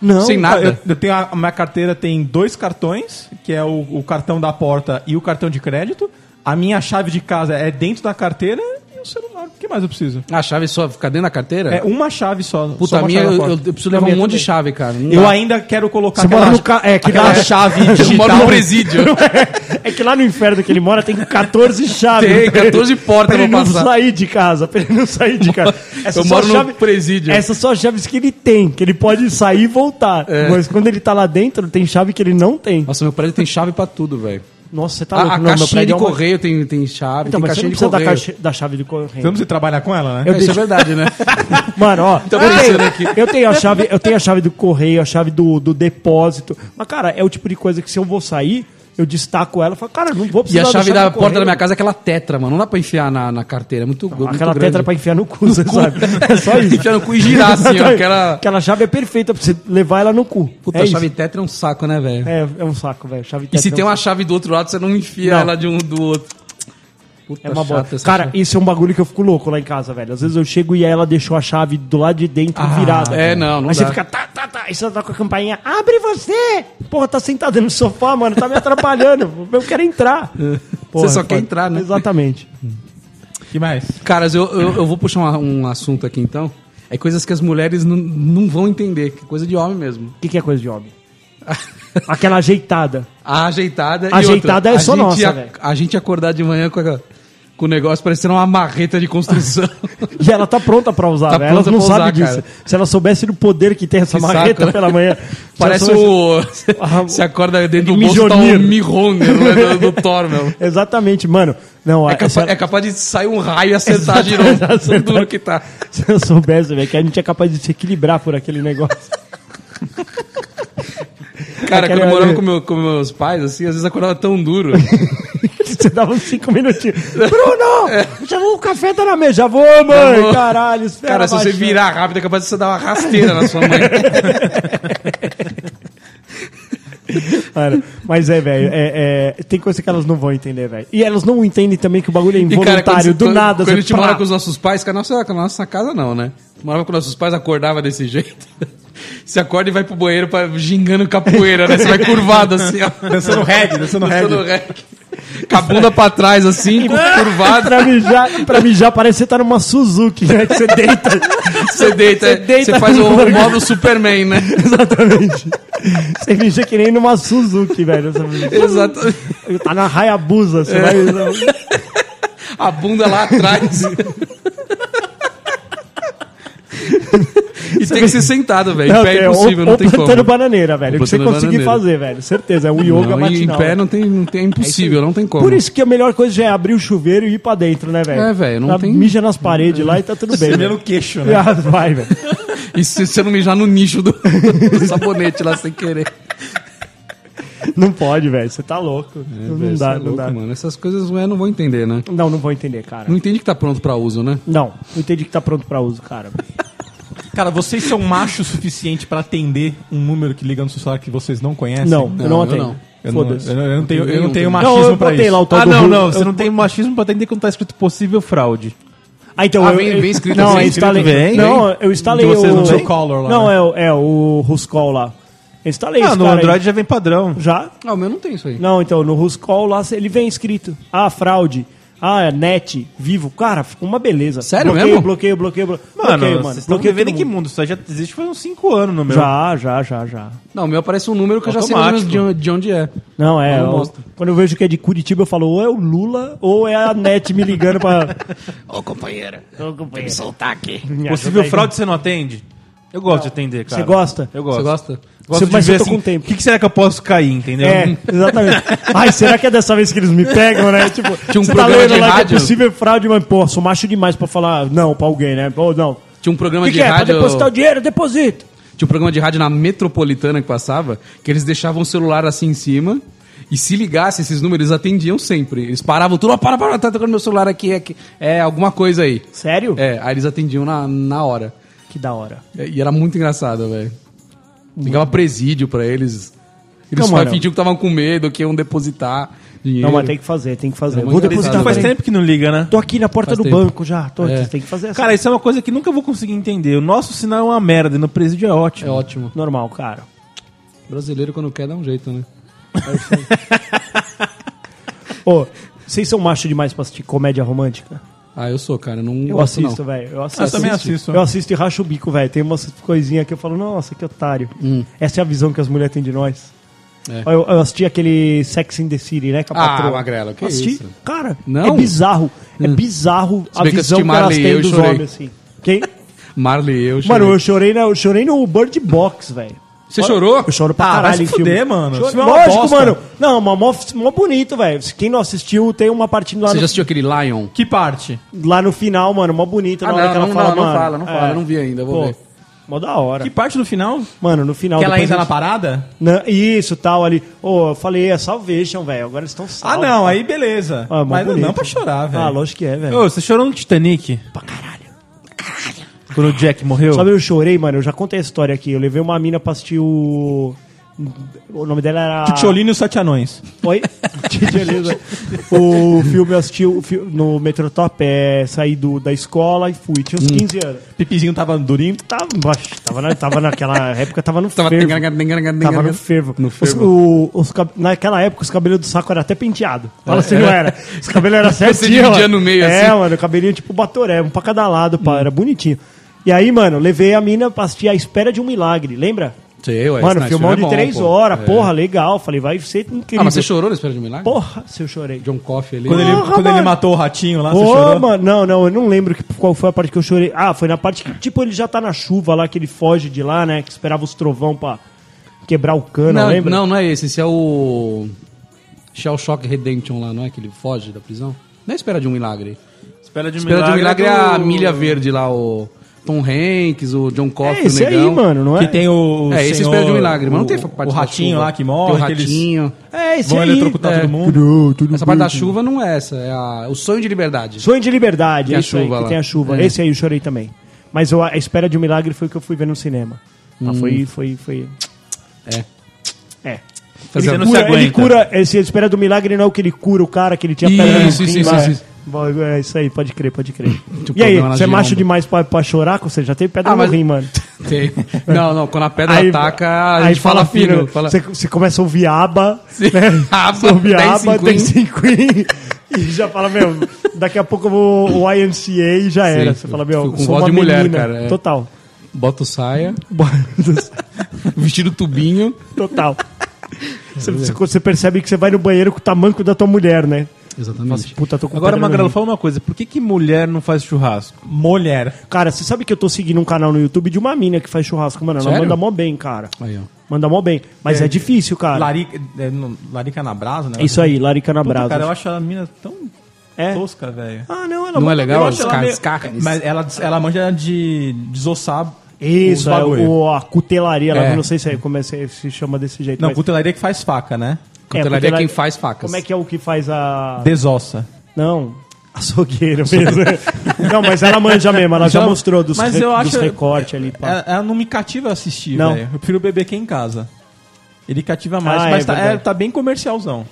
Não,
Sem nada.
Eu, eu tenho a, a minha carteira tem dois cartões, que é o, o cartão da porta e o cartão de crédito. A minha chave de casa é dentro da carteira e o celular. O que mais eu preciso?
A Ah, chave só fica dentro da carteira?
É uma chave só. só
Puta, a
uma
minha,
chave
eu,
na porta.
eu- eu preciso levar um monte de chave, cara. Não
Eu
dá.
ainda quero colocar
Você mora no
aquela,
ca... é, que
aquela
dá-
chave
Eu moro
digital.
no presídio.
É que lá no inferno que ele mora tem 14 chaves.
Tem,
pra ele-
14 portas
pra ele
pra
não
passar.
sair de casa, pra ele não sair de casa.
Eu
só
moro no presídio.
Essas são as chaves que ele tem, que ele pode sair e voltar. Mas quando ele tá lá dentro, tem chave que ele não tem.
É. Nossa, meu prédio tem chave pra tudo, velho.
Nossa, você tá
A,
louco.
a
Não, meu
caixinha de
prédio é uma-
correio tem, tem chave,
Então,
tem
mas você
caixinha de
não precisa da,
correio. Então,
caixa- da chave de correio.
Vamos ir trabalhar com ela, né?
Eu
É, isso é
deixo-
verdade, né?
Mano, ó,
Tô
eu,
pensando
tenho,
tá aqui.
eu tenho a chave, eu tenho a chave do correio, a chave do, do depósito. Mas, cara, é o tipo de coisa que se eu vou sair, eu destaco ela e falo, cara, não vou
E
precisar
a chave da
do
porta da
correio.
minha casa é aquela tetra, mano. Não dá pra enfiar na, na carteira. É muito, muito
Aquela
grande.
tetra pra enfiar no cu, você sabe? É só isso.
Enfiar no cu e girar, assim, ó. Aquela-
aquela chave é perfeita pra você levar ela no cu.
Puta,
é
a
isso.
chave tetra é um saco, né, velho?
É, é um saco, velho. Chave
E se
tetra
tem
é um
uma
saco.
chave do outro lado, você não enfia
Não.
ela de um do outro. Puta,
É uma bola.
chata essa
Cara,
chave.
isso é um bagulho que eu fico louco lá em casa, velho. Às vezes eu chego e aí ela deixou a chave do lado de dentro virada.
é,
velho.
não, não
Aí
dá.
você fica, tá, tá, tá. Aí você tá com a campainha, abre você! Porra, tá sentado no sofá, mano, tá me atrapalhando. Eu quero entrar. Porra,
só
é
quer
foda.
entrar, né?
Exatamente.
que mais?
Caras, eu, eu, eu vou puxar uma- um assunto aqui então. É coisas que as mulheres não- não vão entender, que é coisa de homem mesmo.
O que, que é coisa de homem? Aquela ajeitada.
A ajeitada
Ajeitada
e outra,
é
a
só
gente
nossa,
a-
velho.
A gente acordar de manhã com, aquela- com o negócio parecendo uma marreta de construção.
E ela tá pronta pra usar,
Tá
velho. Elas
pronta
não
pra usar,
sabem disso.
cara.
Se ela soubesse do poder que tem essa
Que
marreta
saco, né?
pela manhã. se ela
Parece
soubesse-
o...
Ah,
Você acorda dentro do
aquele
bolso, tá um
Mjolnir.
mirronger né, do, do Thor, meu.
Exatamente, mano. Não,
É
essa-
capaz, é capaz de sair um raio e acertar a
Exato,
giromba.
exato.
Tão duro que tá.
Se eu soubesse, velho, que a gente é capaz de se equilibrar por aquele negócio.
Cara,
Aquela-
quando eu morava com, meu- com meus pais, assim, às vezes acordava tão duro.
Você dava uns cinco minutinhos. Bruno! Já vou, o café tá na mesa. Já vou, mãe!
vou.
Caralho, espera.
Então, Cara, se você
baixar.
virar rápido, é capaz de você dar uma rasteira na sua mãe.
Cara, mas é, velho, é, é, tem coisa que elas não vão entender, velho. E elas não entendem também que o bagulho é
E, cara,
involuntário,
quando você-
do
quando-
nada.
Quando a gente
plá.
morava com os nossos pais, que a nossa, que a nossa casa não, né? Morava com nossos pais, acordava desse jeito. Você acorda e vai pro banheiro pra, gingando capoeira, né? Você vai curvado assim, ó.
Dançando reggae, dançando reggae.
reggae. Com a bunda pra trás, assim, curvado.
É Pra mijar, pra mijar, parece que você tá numa Suzuki, né? Que você deita.
Você deita, você,
deita
faz o,
no
o
banco.
modo Superman, né?
Exatamente. Você mija que nem numa Suzuki, velho. Você-
Exato.
Tá na Hayabusa,
É.
você vai. um-
A bunda lá atrás. E tem que ser sentado, velho. Em
Não,
pé é
ou-
impossível, não
ou
tem
plantando
como.
bananeira, velho.
Ou
O que você
plantando
conseguir
bananeira.
fazer, velho. Certeza, é um yoga
Não, em- em
matinal.
pé não tem, não tem é impossível, não tem como.
Por isso que a melhor coisa já é abrir o chuveiro e ir pra dentro, né, velho?
É, velho, não
Tá-
tem-
Mija nas paredes lá e tá tudo bem.
Primeiro
velho.
queixo, né?
Ah, vai, velho.
E se você não mijar no nicho do, do sabonete lá sem querer?
Não pode, velho. Você tá louco. não
Véi, isso
dá,
é
não
louco,
dá.
Mano. Essas coisas as mulheres não vão entender, né?
Não, não vou entender, cara.
Não entende que tá pronto pra uso, né?
Não, não entendi que tá pronto pra uso, cara.
Cara, vocês são macho o suficiente pra atender um número que liga no seu celular que vocês não conhecem?
Não, eu não
eu
atendo.
É assim. não.
Eu não,
Foda-se.
eu não- eu não tenho, eu não tenho
Não,
machismo
eu
pra
botei
isso.
lá o tal
Ah,
do
não,
Ru-
não. Você
eu-
não tem machismo pra atender quando tá escrito possível fraude.
Ah, então
Ah,
eu,
vem-
eu-
vem escrito,
não,
vem
eu
escrito,
instalei,
vem,
não,
vem.
eu instalei
De vocês
o
não tem? Color lá,
Não,
né?
é, o- é o Ruscall lá. Eu instalei
Ah,
esse
no
cara aí.
Android já vem padrão.
já?
Ah, o meu não tem isso aí.
Não, então no Ruscall lá cê- ele vem escrito: "Ah, fraude". Ah, net, vivo. Cara, ficou uma beleza.
Sério
bloqueio,
mesmo?
Bloqueio, bloqueio, bloqueio.
Mano,
bloqueio,
vocês estão vivendo
todo
em que
mundo.
mundo? Isso aí já existe faz uns 5 anos no meu.
Já, já, já, já.
Não, o meu aparece um número que eu já sei mais ou menos de onde- de onde é.
Não, é.
Não
eu-
mostra.
quando eu vejo que é de Curitiba, eu falo, ou é o Lula, ou é a net me ligando pra.
Ô, companheira,
Ô, companheiro,
soltar aqui.
me ajuda
Possível
aí.
fraude você não atende? Eu gosto de atender, cara.
Você gosta?
Eu gosto.
Você gosta?
Gosto
Mas eu
de ver
tô
assim,
com tempo.
o que, que será que eu posso cair, entendeu?
É, exatamente. Ai, será que é dessa vez que eles me pegam, né? Tipo,
Tinha um
você
programa de
lá que
rádio.
é possível fraude, mas, pô, sou macho demais pra falar não pra alguém, né? Ou não.
Tinha um programa
O que,
de
que é? Pra
rádio.
depositar o dinheiro, deposito.
Tinha um programa de rádio na metropolitana que passava, que eles deixavam o celular assim em cima. E se ligasse esses números, eles atendiam sempre. Eles paravam tudo, ó, para, para, tá tocando meu celular aqui, aqui. É alguma coisa aí.
Sério?
É, aí eles atendiam na, na hora.
Que da hora.
E era muito engraçado, velho. Ligava presídio pra eles. Eles
Não,
só
mano.
fingiam que estavam com medo, que iam depositar dinheiro.
Não, mas tem que fazer, tem que fazer.
Era
Vou
muito
depositar.
engraçado,
Faz
mas
tempo que não liga, né?
Tô aqui na porta
Faz
do
tempo.
banco já. Tô,
É.
Tem que fazer assim.
Cara, isso é uma coisa que nunca vou conseguir entender. O nosso sinal é uma merda e no presídio é
É
ótimo.
ótimo.
normal, cara.
Brasileiro, quando quer, dá um jeito, né?
Ô, vocês são macho demais pra assistir comédia romântica?
Ah, eu Ah, sou, cara. Não
Eu
gosto,
assisto,
não.
velho. Eu assisto.
eu também assisto.
Eu assisto e racho o bico, velho. Tem umas coisinhas que eu falo, nossa, que otário. Essa é a visão que as mulheres têm de nós.
Hum. É.
Eu, eu assisti aquele Sex in the City, né? Com a
Ah,
patroa.
Magrela, que
assisti,
isso?
Cara,
Não? Hum.
é bizarro. É bizarro a
bem que eu
visão
assisti
que, elas
Marley e
têm
eu
dos
chorei.
homens, assim. Quem?
Marley, eu chorei.
Mano, eu chorei, na, eu chorei no Bird Box, velho.
Você chorou?
Eu choro pra
Ah,
caralho
vai se
em filme.
fuder, mano.
Choro-
Esse filme é uma
Lógico,
bosta.
mano. Não, mas mó, mó bonito, velho. Quem não assistiu, tem uma partida lá
Você
no
já assistiu aquele Lion?
Que parte?
lá no final, mano, mó bonito.
Ah,
na hora
não,
que ela
não,
fala,
não, não
mano, É.
fala, não fala, não vi ainda, vou ver.
Mó da hora.
Que parte do final?
Mano, no final.
que ela
depois
entra
a
na
gente-
parada?
Não, Isso, tal, ali. Ô, eu falei, é Salvation, velho. Agora eles estão
Ah,
salvos.
não, aí beleza.
Ah, mó
Mas
bonito.
não pra chorar, velho.
Ah, lógico que é, velho.
Ô, você chorou no Titanic? Pra caralho. Quando o Jack morreu?
Sabe, eu chorei, mano. Eu já contei a história aqui. Eu levei uma mina pra assistir o. O nome dela era.
Titiolino e os Sete Anões.
Oi? Titiolina. né? o filme eu assisti o fi- no Metrotop. É, saí do, da escola e fui. Tinha
Hum.
uns 15 anos.
Pipizinho tava durinho.
Tava, tava, na, tava naquela época, tava no
Tava-
fervo. Tava no fervo.
No fervo.
Os- o- os cab- naquela época, os cabelos do saco era até penteado. Fala se não era. Os cabelos eram certinhos.
É. dividia
mano.
no meio,
É,
assim. Hum.
mano, o cabelinho tipo batoré, um pra cada lado, pá. Era bonitinho. E aí, mano, levei a mina pra assistir A Espera de um Milagre, lembra?
Sei, ué,
mano,
esse-
filmão
esse filme é
de
bom,
três
pô.
horas,
É.
porra, legal. Falei, vai ser incrível.
Ah, mas você chorou na Espera de um Milagre?
Porra, se eu chorei.
John Coffey ali.
Quando, ele,
Porra,
quando ele
mano.
matou o ratinho lá, você
Ô,
chorou?
mano, não, não, eu não lembro que- qual foi a parte que eu chorei. Ah, foi na parte que, tipo, ele já tá na chuva lá, que ele foge de lá, né? Que esperava os trovão pra quebrar o cano,
não,
lembra?
não, não é esse. Esse é o. Shell Shock Redemption lá, não é? Que ele foge da prisão? Não é Espera de um Milagre.
Espera de um
Espera de um Milagre é
do-
a milha verde lá, o Tom Hanks, o John Coffey,
É esse
o negão.
aí, mano, não é?
Que tem o.
É, esse Espera de um Milagre, mas não
o-
tem essa parte
O
da
ratinho
chuva.
lá que morre.
Tem o
que eles
ratinho.
É, esse
Vão
aí.
eletrocutar todo mundo.
Tudo, tudo
Essa parte da
bem.
chuva não é essa. É a- o Sonho de Liberdade.
Sonho de liberdade,
Tem
é
a
isso aí,
chuva
que
lá.
tem a chuva.
É.
Esse aí eu chorei também. Mas eu- a espera de um milagre foi o que eu fui ver no cinema. Ah, foi, foi, foi.
Hum. É.
É.
Você
Ele
não
cura,
se aguenta.
ele cura, esse a espera do milagre não é o que ele cura o cara que ele tinha pedra no
Isso,
rim,
isso, isso,
mas-
isso, isso.
Bom, É isso aí, pode crer, pode crer. e
problema
aí,
na
você é macho
giromba.
demais pra, pra chorar? Você já teve pedra
Ah,
no
mas-
rim, mano.
Tem. Não, não, quando a pedra ataca, a
aí
gente fala fino. Fala...
Você, você começa a ouvir aba, né?
Sim. Aba,
Você ouve
10
aba,
em
tem cinco em- e já fala, meu, daqui a pouco eu vou o YMCA e já era. Você fala, meu,
fico com
sou
voz
uma
de mulher,
menina.
cara, é.
Total.
Bota o saia, vestido tubinho.
Total. Você, você- você percebe que você vai no banheiro com o tamanco da tua mulher, né?
Exatamente.
Puta, tô com
Agora,
pedra no
Magrelo,
rim.
fala uma coisa. Por que, que mulher não faz churrasco?
Mulher.
Cara, você sabe que eu tô seguindo um canal no YouTube de uma mina que faz churrasco, mano. Ela
Sério?
manda mó bem, cara.
Aí, ó.
Manda mó bem. Mas é, difícil, cara.
Larica, é, não, larica na brasa, né?
Isso aí, larica na
Puta,
brasa.
cara, eu acho a mina tão
É.
tosca, velho.
Ah, não, ela
Não é
manda
legal?
bem.
Os
ela
car-
meio-
os carnes.
Mas ela, ela manja de desossar os
Isso, é,
bagulho.
o, a cutelaria lá,
É.
não sei se, é, como é, se se chama desse jeito.
Não,
mas- é,
cutelaria que faz faca, né?
é
Cutelaria é quem faz facas.
Como é que é o que faz a...
Desossa.
Não. Açougueiro mesmo. não, mas ela manja mesmo, ela já
é um-
Então,
mostrou dos,
mas
re-
eu
dos
acho-
recortes ali. pá.
Ela, ela não me cativa a assistir,
Não.
velho. Eu prefiro beber aqui em casa. Ele cativa mais,
Ah, é
mas tá,
verdade.
é, tá bem comercialzão.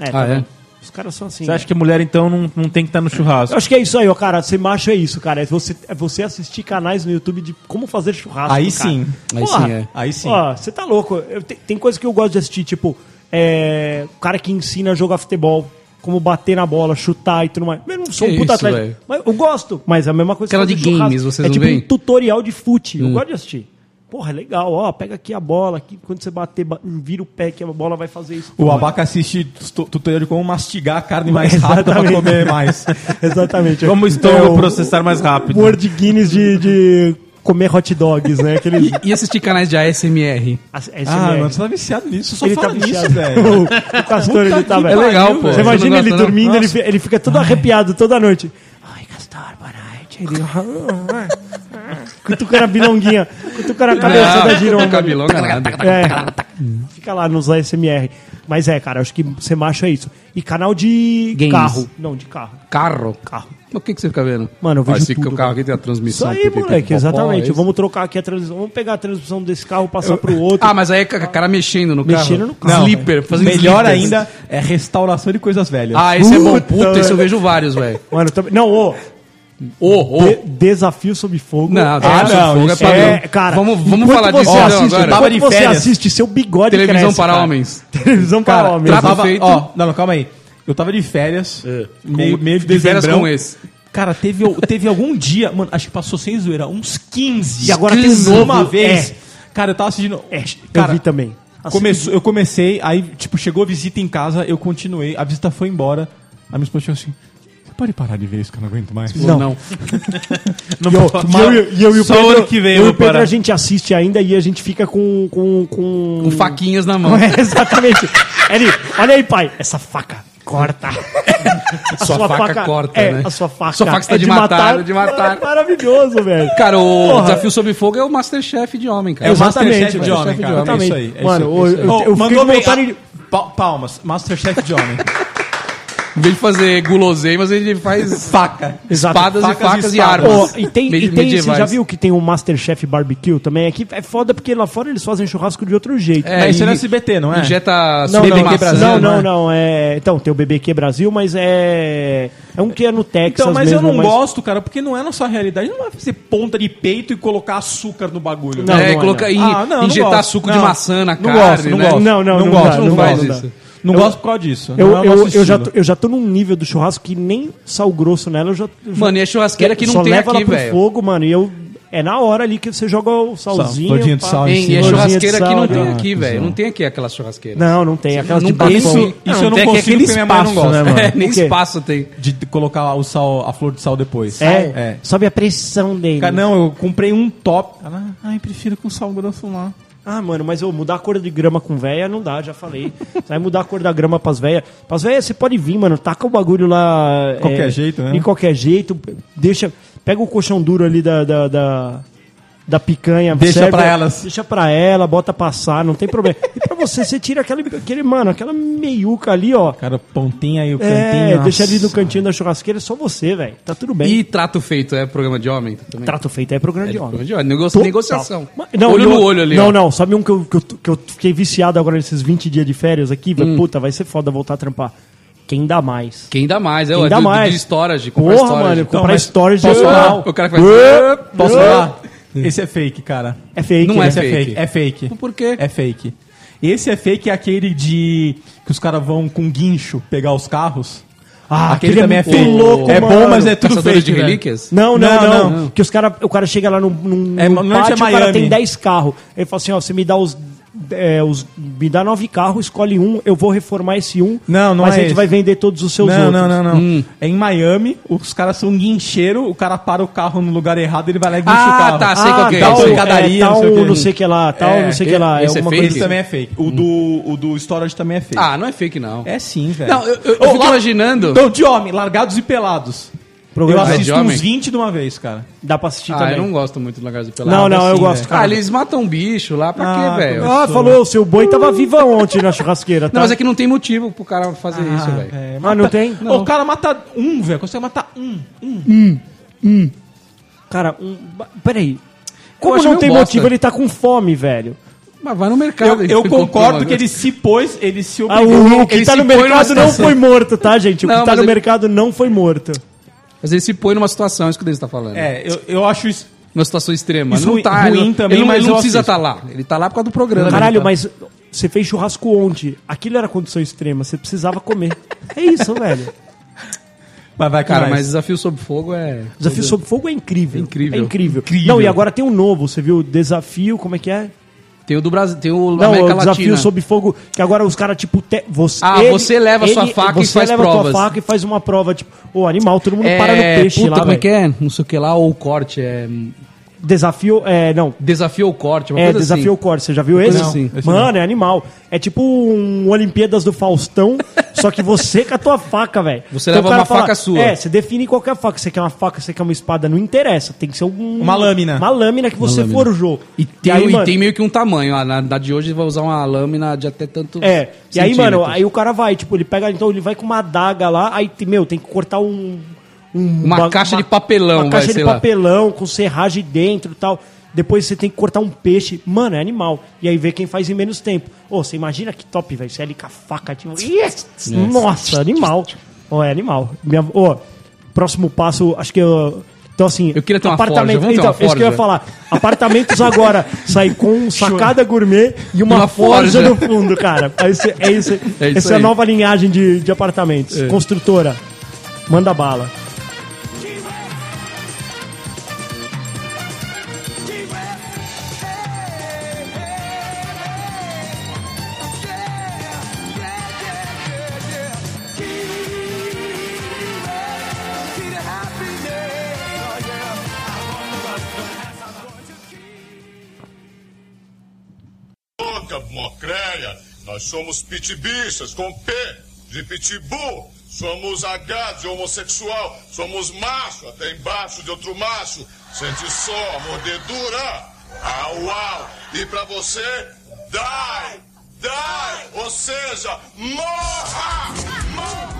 É, tá
Ah, é?
bom. Os caras são assim.
Você
né?
acha que mulher, então, não, não tem que estar no
Eu
churrasco?
acho que é isso aí, ó, cara. Ser macho é isso, cara. É você, é você assistir canais no YouTube de como fazer churrasco.
Aí
cara.
sim.
Aí
Porra,
sim, é.
Aí sim.
Ó, você tá louco. Eu te- tem coisa que eu gosto de assistir, tipo, é, o cara que ensina a jogar futebol, como bater na bola, chutar e tudo mais. Mas eu não sou
Que
um puta
isso,
atleta.
velho?
Mas eu gosto, mas é a mesma coisa
Aquela
fazer
de games, vocês
É
não
tipo um
veem? Hum.
tutorial de fute. Eu gosto de assistir. Porra, é legal, ó. Pega aqui a bola, aqui, quando você bater, ba- vira o pé que a bola vai fazer isso.
O Abaca assiste tu- tutorial de como mastigar a carne mais rápido pra
Exatamente.
comer mais.
Exatamente.
Como
É,
estou
o-
processar mais rápido?
World Guinness de, de comer hot dogs, né? Aqueles
E assistir canais de ASMR?
AS-
Ah,
ASMR.
mano, você tá viciado nisso. Só
é. ele tá
fala nisso,
viciado.
velho.
o Castor, ele tá,
É
velho.
legal, pô.
Você imagina
não
ele
gosta, não?
dormindo, ele, fi- ele fica todo arrepiado toda noite. Ai, Castor, boa noite. Ele... Cutucando a bilonguinha. Cutucando a cabeça da
Não,
giromba.
Cabilonga nada.
É, fica lá nos ASMR. Mas é, cara, acho que ser macho é isso. E canal de
Games.
carro. Não, de carro.
Carro.
Carro.
O que, que você fica vendo?
Mano, eu vejo
Ah, esse
tudo,
que o carro
mano.
aqui tem a
Isso
transmissão.
aí,
aqui, tem
moleque,
pipopó, é
exatamente.
isso.
Vamos trocar aqui a transmissão. Vamos pegar a transmissão desse carro, passar pro outro.
Ah, mas aí é ca- cara mexendo no carro.
Mexendo no carro.
Slipper, fazendo
Melhor
slippers.
ainda é restauração de coisas velhas.
Ah, esse é bom.
Puta,
Puta, esse eu
velho.
vejo vários, velho.
Mano, também. Não, ô.
Ô, ô.
De- desafio sob fogo.
Não, Desafio Sob Fogo é
isso
padrão.
cara,
Vamos- vamos
enquanto
falar disso,
você
então,
assiste,
agora.
enquanto
Tava de
você
férias.
assiste, seu bigode
Televisão
cresce,
para
cara.
homens.
Televisão para homens.
Eu
trapo
tava-
feito.
Ah, Ó, não, não, calma aí. Eu tava de férias. Meio, meio de,
de férias
dezembrão.
com esse.
Cara, teve, teve algum dia, mano, acho que passou sem zoeira, uns 15.
E agora tem um
Uma
novo.
vez.
É.
Cara, eu tava assistindo.
É,
cara,
eu vi também.
começou, eu comecei, aí, tipo, chegou a visita em casa, eu continuei, a visita foi embora. A minha esposa chegou assim: Você pode parar de ver isso que eu não aguento mais?
Não.
Não
E eu,
pode-
e eu, e eu e o
Só
Pedro,
ano que vem
eu
eu
e
vou
o Pedro
parar.
a gente assiste ainda e a gente fica com. com, com...
Com faquinhas na mão.
É, exatamente. Ele, olha aí, pai, essa faca corta. A
Sua faca corta,
é,
né?
A sua faca.
Sua faca está de matar, de matar.
É maravilhoso, velho.
Cara, o Desafio Sob Fogo é o Masterchef de homem, cara.
É o Masterchef
Exatamente,
de
mano.
homem, cara. É
Exatamente.
isso aí. É
Mano,
isso aí, é
eu-
isso aí.
eu- eu
mandou
fiquei
bem. ah,
com vontade
Pa- Palmas, Masterchef de homem.
Em vez de fazer guloseimas, ele faz faca.
Exato.
Espadas e
Facas e
facas e
espadas.
armas.
Ó, e tem,
Medi-
e tem você
medievais.
já viu que tem um Masterchef Barbecue também? É que é foda porque lá fora eles fazem churrasco de outro jeito.
É,
Mas isso é no
e-
SBT, não é?
Injeta
Não,
suco de
não,
maçã,
Brasil, não,
né?
não, não, é... Então, tem o BBQ Brasil, mas é... É um que é no Texas
Então, mas
mesmo,
eu não gosto, cara, porque não é nossa realidade. Não vai fazer ponta de peito e colocar açúcar no bagulho.
Não,
é,
não é,
coloca,
não.
e
Ah, não, não
injetar
gosto.
suco de
Não.
maçã na
Não
carne,
gosto, não
né?
gosto.
Não, não,
Não
não,
gosto,
dá,
não
não, dá,
faz
não
isso.
dá.
Não
Eu-
gosto por causa disso.
Eu,
não é o
eu,
nosso
eu, já
estilo.
tô, eu já tô num nível do churrasco que nem sal grosso nela, eu já... eu já-
Mano, e a churrasqueira que
Só
não tem
leva
aqui,
ela pro
velho.
fogo, mano, e eu... É na hora ali que você joga o salzinho.
florzinha de
pá.
sal
Hein, E a
Florzinha de
churrasqueira que
sal,
não tem
né?
aqui, velho. Não tem aqui aquelas churrasqueiras.
Não, não tem. Aquelas
Não
de
tem
bafão.
isso.
Isso
Não,
eu não
tem aquele
consigo porque minha mãe não
espaço,
gosta.
né, mano?
É, nem
O quê?
espaço tem.
De colocar o sal, a flor de sal depois.
É, sobe a pressão dele.
Cara, não, eu comprei um top. Ela, ai, prefiro com sal grosso lá.
Ah, mano, mas eu mudar a cor de grama com véia não dá, já falei. Você vai mudar a cor da grama pras véias. Pras véias você pode vir, mano, taca o bagulho lá.
Qualquer jeito, né?
De qualquer jeito, deixa. Pega o colchão duro ali da. da, da... da picanha,
Deixa
serve-
pra elas.
Deixa pra ela, bota passar, não tem problema. E pra você, você tira aquele, aquele mano, aquela meiuca ali, ó.
Cara, pontinha aí o
É,
cantinho.
deixa ali no
nossa.
cantinho da churrasqueira, é só você, velho. Tá tudo bem.
E trato feito é programa de homem também?
Trato feito é programa
É
de
de
homem.
programa de homem. Nego-
Total.
Negociação.
Ma- Não,
olho
e
no
eu-
olho ali.
Não,
ó.
não. Sabe um que eu, que, eu, que eu fiquei viciado agora nesses 20 dias de férias aqui?
Hum.
Vai- Puta, vai ser foda voltar a trampar. Quem dá mais?
Quem dá mais? É,
Quem
o
dá
do,
mais?
de storage. comprar
Porra,
storage.
mano.
Então,
Comprar
mas
storage
posso
nacional.
o cara que faz...
Posso falar? Esse é fake, cara.
É fake,
Não
né?
é
Esse é
fake.
fake. É fake.
Por quê?
É fake. Esse é fake é aquele de. que os caras vão com guincho pegar os carros.
Ah,
aquele,
aquele é
também é
muito
fake.
louco,
é bom,
mano.
mas é tudo
Caçadores
fake.
de
né?
relíquias?
Não, não,
Não,
não.
não.
Que os cara, o cara chega lá num, num,
É,
num
normalmente é
o cara
Miami.
tem 10 carros. Ele fala assim, ó, você me dá os... é, os- me dá nove carros, escolhe um, eu vou reformar esse um,
Não, não
mas
é
a gente
esse.
vai vender todos os seus
não,
outros. Hum.
não, não, não. É em Miami, os caras são um guincheiro, o cara para o carro no lugar errado, ele vai lá e guincha o
Ah,
carro.
tá. Sei
Ah,
qual que é.
tal,
esse.
sei qual que é.
é,
Escadaria, não
tal,
sei o quê.
não sei o que lá, tal,
É,
não sei o que lá. É
esse é
alguma
fake?
coisa
Esse também é fake. O do, o do storage também é fake.
Ah, não é fake, não.
É sim, velho.
Não, eu, eu, eu
Ô,
fico
lá-
imaginando...
Então, de homem, largados e pelados. Eu
programa.
assisti-
assisto
de homem?
uns 20 de uma vez, cara.
Dá pra assistir
Ah,
também.
eu não gosto muito do Lagarto Pelado.
Não, não, eu
assim,
gosto,
velho.
Ah,
cara.
eles matam bicho lá pra
Ah,
quê, velho?
Ah, falou, o seu boi tava viva ontem na churrasqueira, tá?
Não, mas é que não tem motivo pro cara fazer isso, velho.
Ah,
tá.
não tem?
O cara mata um, velho. Consegue matar um.
um. Cara, um... ba- peraí. Como
acho
não
meio
tem
bosta.
motivo? Ele tá com fome, velho.
Mas vai no
Eu,
mercado.
eu concordo que ele se pôs, ele se
Ah,
obrigou.
o, o que
ele
tá
se
no
põe numa
mercado não
situação.
foi morto, tá, gente? O
Não,
que tá
mas
no
ele-
mercado não foi morto.
Mas ele se põe numa situação, isso que o Denis tá falando.
É, eu, eu acho isso.
Numa situação extrema.
Isso
não
ruim-
tá,
ruim
ele,
também,
ele não,
mas
ele não
eu
precisa
assisto.
estar lá. Ele tá lá por causa do programa.
Caralho,
ele tá-
mas você fez churrasco ontem. Aquilo era condição extrema, você precisava comer. É isso, velho.
Mas vai,
Cara,
cara,
mas Desafio Sob Fogo é...
Desafio sob fogo é incrível.
É incrível.
É incrível.
Incrível.
Não, e agora tem um novo, você viu? Desafio, como é que é?
Tem o do Brasil, tem o da
Não,
América
o desafio
Latina.
sob fogo, que agora os caras, tipo, te- você.
Ah, você leva sua faca e
você
faz
leva
provas.
tua faca e faz uma prova, tipo, ô animal, todo mundo para no peixe
puta,
lá.
como é
velho.
que é? Não sei o que lá, ou o corte, é...
Desafio, é, não.
Desafio ou corte, uma
É,
coisa
desafio ao
assim.
corte, você já viu esse?
coisa assim.
Esse Mano, é animal. É tipo um Olimpíadas do Faustão, só que você com a tua faca, velho. Então
Você
o
leva
cara
uma faca sua.
É, você define qualquer faca. Você quer uma faca, você quer uma espada, não interessa. Tem que ser um,
Uma lâmina.
Uma lâmina que você
lâmina.
forjou.
E tem,
aí,
e
mano,
tem meio que um tamanho. ah, Na, na de hoje vai usar uma lâmina de até tanto.
É, e aí, mano, aí o cara vai, tipo, ele pega, então ele vai com uma adaga lá, aí, tem- meu, tem que cortar um. um
Uma
ba-
caixa de papelão,
Uma
vai,
caixa
sei
de
lá.
papelão, com serragem dentro e tal. Depois você tem que cortar um peixe. Mano, é animal. E aí vê quem faz em menos tempo. Ô, você imagina que top, velho. Você é ali com a faca, tipo. Yes! Nossa, animal. Ô, é animal. Minha, ô, próximo passo, acho que eu. Então, assim.
Eu queria ter uma forja, vamos ter
Então,
uma
isso que eu
forja.
ia falar. Apartamentos agora. Sai com sacada gourmet e uma,
Uma
forja
forja.
no fundo, cara. É isso, é isso,
É isso
essa é a
aí. É.
nova linhagem de, de apartamentos. Construtora, manda bala.
Boca, mocréia, nós somos pitibistas com P de pitbull. Somos agados de homossexual, somos macho até embaixo de outro macho. Sente só a mordedura. Au, au. E pra você, dai, dai, ou seja, morra, morra.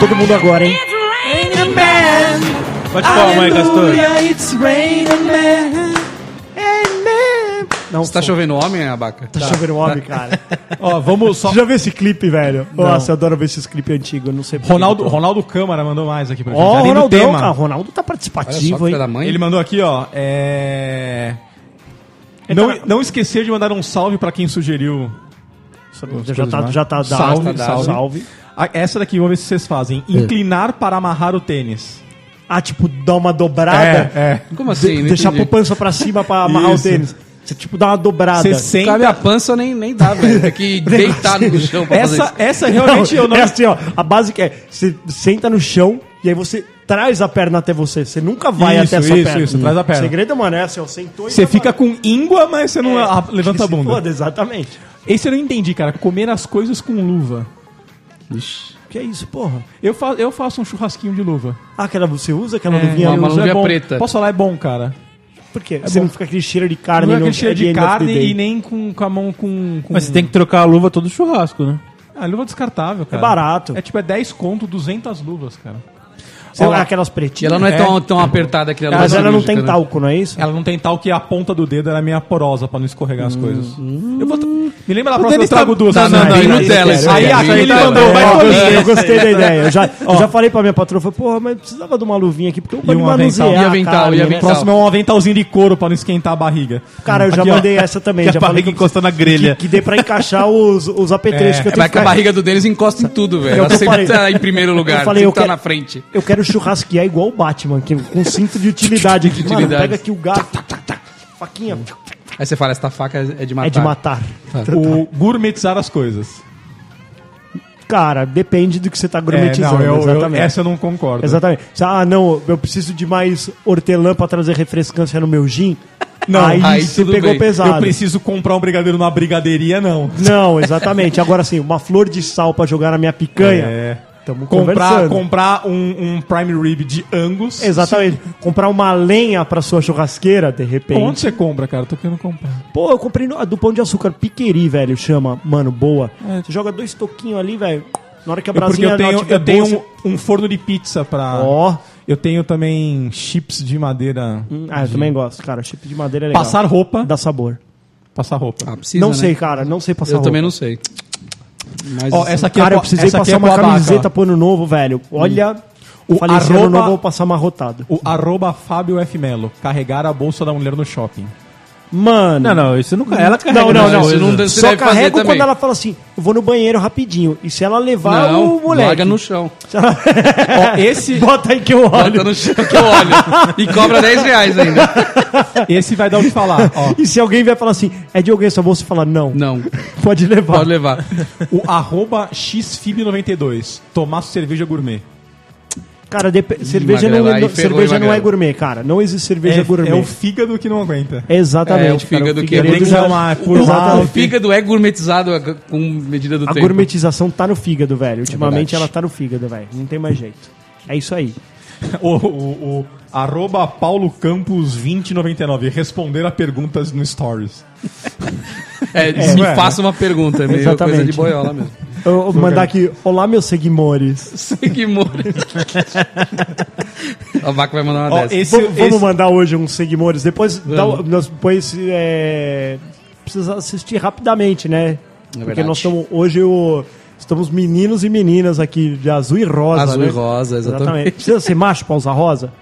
Todo mundo agora, hein?
Bate palma aí, Castor.
Não,
Você tá
só-
chovendo homem, Abaca?
Tá chovendo homem, cara.
Ó, vamos só.
Você já viu esse clipe, velho? Nossa, eu adoro ver esses clipes antigos. eu Não sei por
Ronaldo, Ronaldo Câmara mandou mais aqui pra gente.
tá
Ó,
Além do
Ronaldão,
tema.
cara. Ronaldo tá
Olha só,
participativo,
filha da
hein?
mãe.
Ele mandou aqui, ó. É.
Ele
Não,
tá na-
não esquecer de mandar um salve pra quem sugeriu.
Já tá, já tá dado.
Salve,
tá
salve. Ah, Essa daqui, vamos ver se vocês fazem.
É.
Inclinar para amarrar o tênis.
Ah, tipo, dá uma dobrada.
Como assim?
De-
Não
deixar a
entendi.
poupança pra cima pra amarrar o
Isso.
tênis. Você, tipo, dá uma dobrada.
Você senta.
Cabe a pança nem, nem dá, velho. É tá- que deitar no chão pra fazer
Essa,
isso.
essa realmente eu não.
É assim, ó. A base que é, você senta no chão e aí você traz a perna até você. Você nunca vai
Isso,
até a sua
isso,
perna.
isso, traz a perna.
O segredo, mano, é assim, ó. Sentou e...
Você
já
fica
vai.
com íngua, mas você não ah, levanta a
É. Se
bunda.
foda, exatamente.
Esse eu não entendi, cara. Comer as coisas com luva.
Que é isso, porra.
Eu, fa eu faço um churrasquinho de luva.
Ah, aquela você usa aquela
É,
luvinha?
eu
uma
uso,
luvinha
bom.
preta.
Posso falar, é bom, cara.
Por quê? você não fica aquele cheiro de carne.
não é aquele cheiro de
end of the
carne
day.
e nem com, com a mão com. com-
Mas você tem que trocar a luva todo churrasco, né?
Ah, luva descartável, cara.
barato.
É tipo, é 10 conto, 200 luvas, cara.
Sei lá,
Ela-
aquelas
E
pretinhas.
ela não é
É.
tão, tão apertada que ela
Mas ela não
cirúrgica,
tem
né?
talco, não é isso?
Ela não tem tal que a ponta do dedo era meio porosa pra não escorregar
Hum.
as coisas. Eu vou tra- Me lembra lá pra
Denis
eu trago
tá-
duas.
Não, não, não,
Aí-
e Nutella, isso aí
Aí,
é
aí
bem
ele
Nutella.
mandou,
É,
vai
eu, gostei,
comer.
eu gostei da ideia. Eu já, eu já falei pra minha patroa, falei, porra, mas precisava de uma luvinha aqui, porque eu vou
E um
manusear.
avental.
E avental,
carne,
e
né?
O
avental.
próximo é um aventalzinho de couro pra não esquentar a barriga.
Cara, eu já
Aqui, ó.
mandei essa também.
Que
já
a
falei
barriga
que, eu
encosta na
que,
grelha.
que dê pra encaixar os, os apetrechos que eu
É,
tenho
mas que a barriga do Denis encosta em tudo, velho.
o
Ela
que eu
sempre
falei.
tá em primeiro lugar,
Eu falei,
sempre
eu
tá
quero-
na frente.
Eu quero churrasquear igual o Batman, que, com cinto de utilidade aqui. Mano,
utilidade.
pega aqui o garfo. Faquinha.
Aí você fala, esta faca é de matar.
É de matar.
O gourmetizar as coisas.
Cara, depende do que você tá gourmetizando,
É, não, eu- eu-
exatamente.
essa eu não concordo.
Exatamente. Se, Ah, não, eu preciso de mais hortelã pra trazer refrescância no meu gin.
Não,
aí,
aí
você
tudo
pegou
bem.
pesado.
Eu preciso comprar um brigadeiro numa brigadeiria, não.
Não, exatamente. Agora sim, uma flor de sal pra jogar na minha picanha.
É.
Tamo
Comprar,
conversando.
comprar um, um prime rib de Angus.
Exatamente. Comprar uma lenha pra sua churrasqueira, de repente.
Onde você compra, cara? Eu Tô querendo comprar.
Pô, eu comprei no- a do Pão de Açúcar Piqueri, velho, chama. Mano, boa. Você joga dois toquinhos ali, velho. Na hora que a
Eu, É porque
brasinha
eu tenho,
tiver
eu tenho
boa, você-
um, um forno de pizza pra.
Ó.
Eu tenho também chips de madeira.
Ah, eu também gosto, cara. Chip de madeira é legal.
Passar roupa.
Dá sabor.
Passar roupa.
Ah, precisa,
não
né?
sei, cara. Não sei passar
Eu
roupa.
também não sei. Mas
Ó, essa aqui
Cara,
é
eu precisei
essa aqui
passar
é
uma
pro abaca,
camiseta pro ano novo, velho. Olha, o falei, esse ano
arroba-
novo eu vou passar amarrotado.
ó. O arroba Fábio F. Melo. Carregar a bolsa da mulher no shopping.
Mano...
não, isso nunca. Ela carrega
Não,
né?
não,
nas
não.
isso
coisas.
não dá- você
Só
deve fazer
carrego
também.
quando ela fala assim, eu vou no banheiro rapidinho. E se ela levar
Não,
o moleque...
larga no chão.
Ó, esse,
Bota aí que eu olho.
Bota no chão que eu olho. E cobra 10 reais ainda.
esse vai dar o que falar. Ó,
E se alguém vier falar assim, é de alguém sua bolsa, fala não.
Não,
Pode levar.
pode levar.
o arroba xfib92. Tomar cerveja gourmet.
Cara, dep- cerveja, não,
magrela,
é-
aí ferrou,
cerveja
hein,
não é
magrela.
gourmet, cara. Não existe cerveja
É,
gourmet.
é o fígado que não aguenta.
Exatamente.
É, o fígado que é
fígado
bem
já-
chamar por
Exatamente.
O fígado é gourmetizado a- com medida do
A
tempo.
gourmetização tá no fígado, velho. Ultimamente
É verdade.
ela tá no fígado, velho. Não tem mais jeito. É isso aí.
O, o, o arroba Paulo Campos 2099. Responder a perguntas no Stories.
É, me
ué.
faça uma pergunta, é meio coisa de
né? Exatamente.
boiola mesmo.
Eu vou mandar aqui, olá meus seguimores.
Seguimore. a vaca vai mandar uma
Ó,
dessa.
esse,
Vamos, vamos
esse-
mandar hoje uns seguimores. Depois, dá o- nós depois é, precisa assistir rapidamente, né? Porque
É verdade.
nós estamos hoje o, estamos meninos e meninas aqui de azul e rosa.
Azul
né?
e rosa, exatamente.
Precisa ser macho pra usar rosa?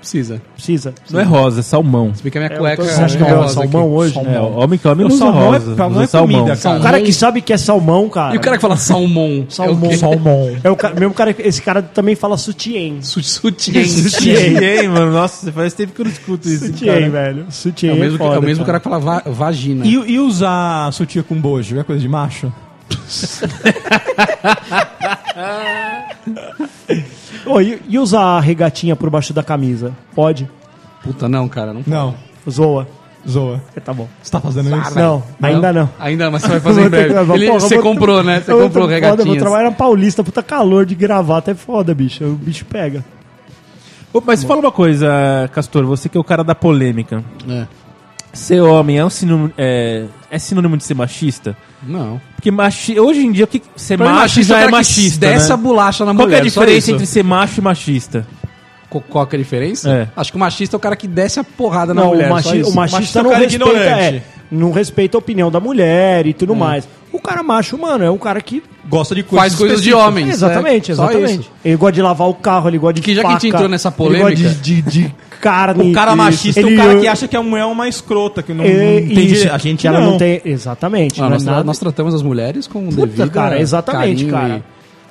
Precisa.
Precisa.
Não é rosa, é salmão.
Se bem que a minha
É,
cueca né?
então você acha que é
rosa
o salmão
aqui.
hoje?
É, o homem que come
O
não usa
salmão é,
rosa.
salmão
usa
é comida,
O
cara.
cara que sabe que é salmão, cara.
E o cara que fala salmão? É
Salmão.
o quê?
Salmão.
É o ca- mesmo cara, que- esse cara também fala sutiã.
Su- Sutiã.
Ninguém, mano. Nossa, faz tempo que eu não escuto isso.
Sutiã, velho. Sutiã.
É o mesmo, que- é o
foda,
mesmo cara que fala va- vagina.
E, e usar sutiã com bojo? É coisa de macho?
Ô, e, e usar a regatinha por baixo da camisa? Pode?
Puta, não, cara. Não.
Não.
Zoa.
Zoa.
É, tá bom.
Você tá fazendo isso?
Não, ainda não.
Ainda, mas você vai fazer
Vou
em
ter
breve.
que gravar.
Ele-
Porra,
você
eu vou-
comprou, né? Você
eu vou-
comprou
foda, Eu vou
regatinhas.
trabalhar na Paulista, puta calor de gravata é foda, bicho. O bicho pega.
Ô, mas fala uma coisa, Castor, você que é o cara da polêmica.
É.
Ser homem é, um sinônimo, é, é sinônimo de ser machista?
Não.
Porque machi, hoje em dia, o que, ser
Pra mim,
macho já
o cara
é
que
machista,
Desce
né?
a bolacha na
Qual que é
mulher.
a
só
diferença
isso.
entre ser macho e machista?
Co- Qual que é a diferença?
É.
Acho que o machista é o cara que desce a porrada na
Não,
mulher.
o, machi-
só isso.
o machista
Machista é um
não
cara
respeita,
ignorante.
é, não respeita a opinião da mulher e
É.
tudo mais. O cara macho, mano, é um cara que.
Gosta de coisas
Faz coisas de
específicas.
homem.
É, exatamente,
né? Só
exatamente.
isso.
Ele gosta de lavar o carro, ele gosta de.
Que já que a gente
faca,
entrou nessa
Ele
polêmica-
gosta de, de, de carne.
O cara
Isso.
machista é
Ele-
o cara que acha que a mulher é uma escrota, que não, não
É,
tem
isso,
dire- A gente
que ela não. tem. Exatamente.
Ah,
não é
nós,
nada-
nós tratamos as mulheres com um
Puta,
devido
cara, exatamente,
carinho
cara.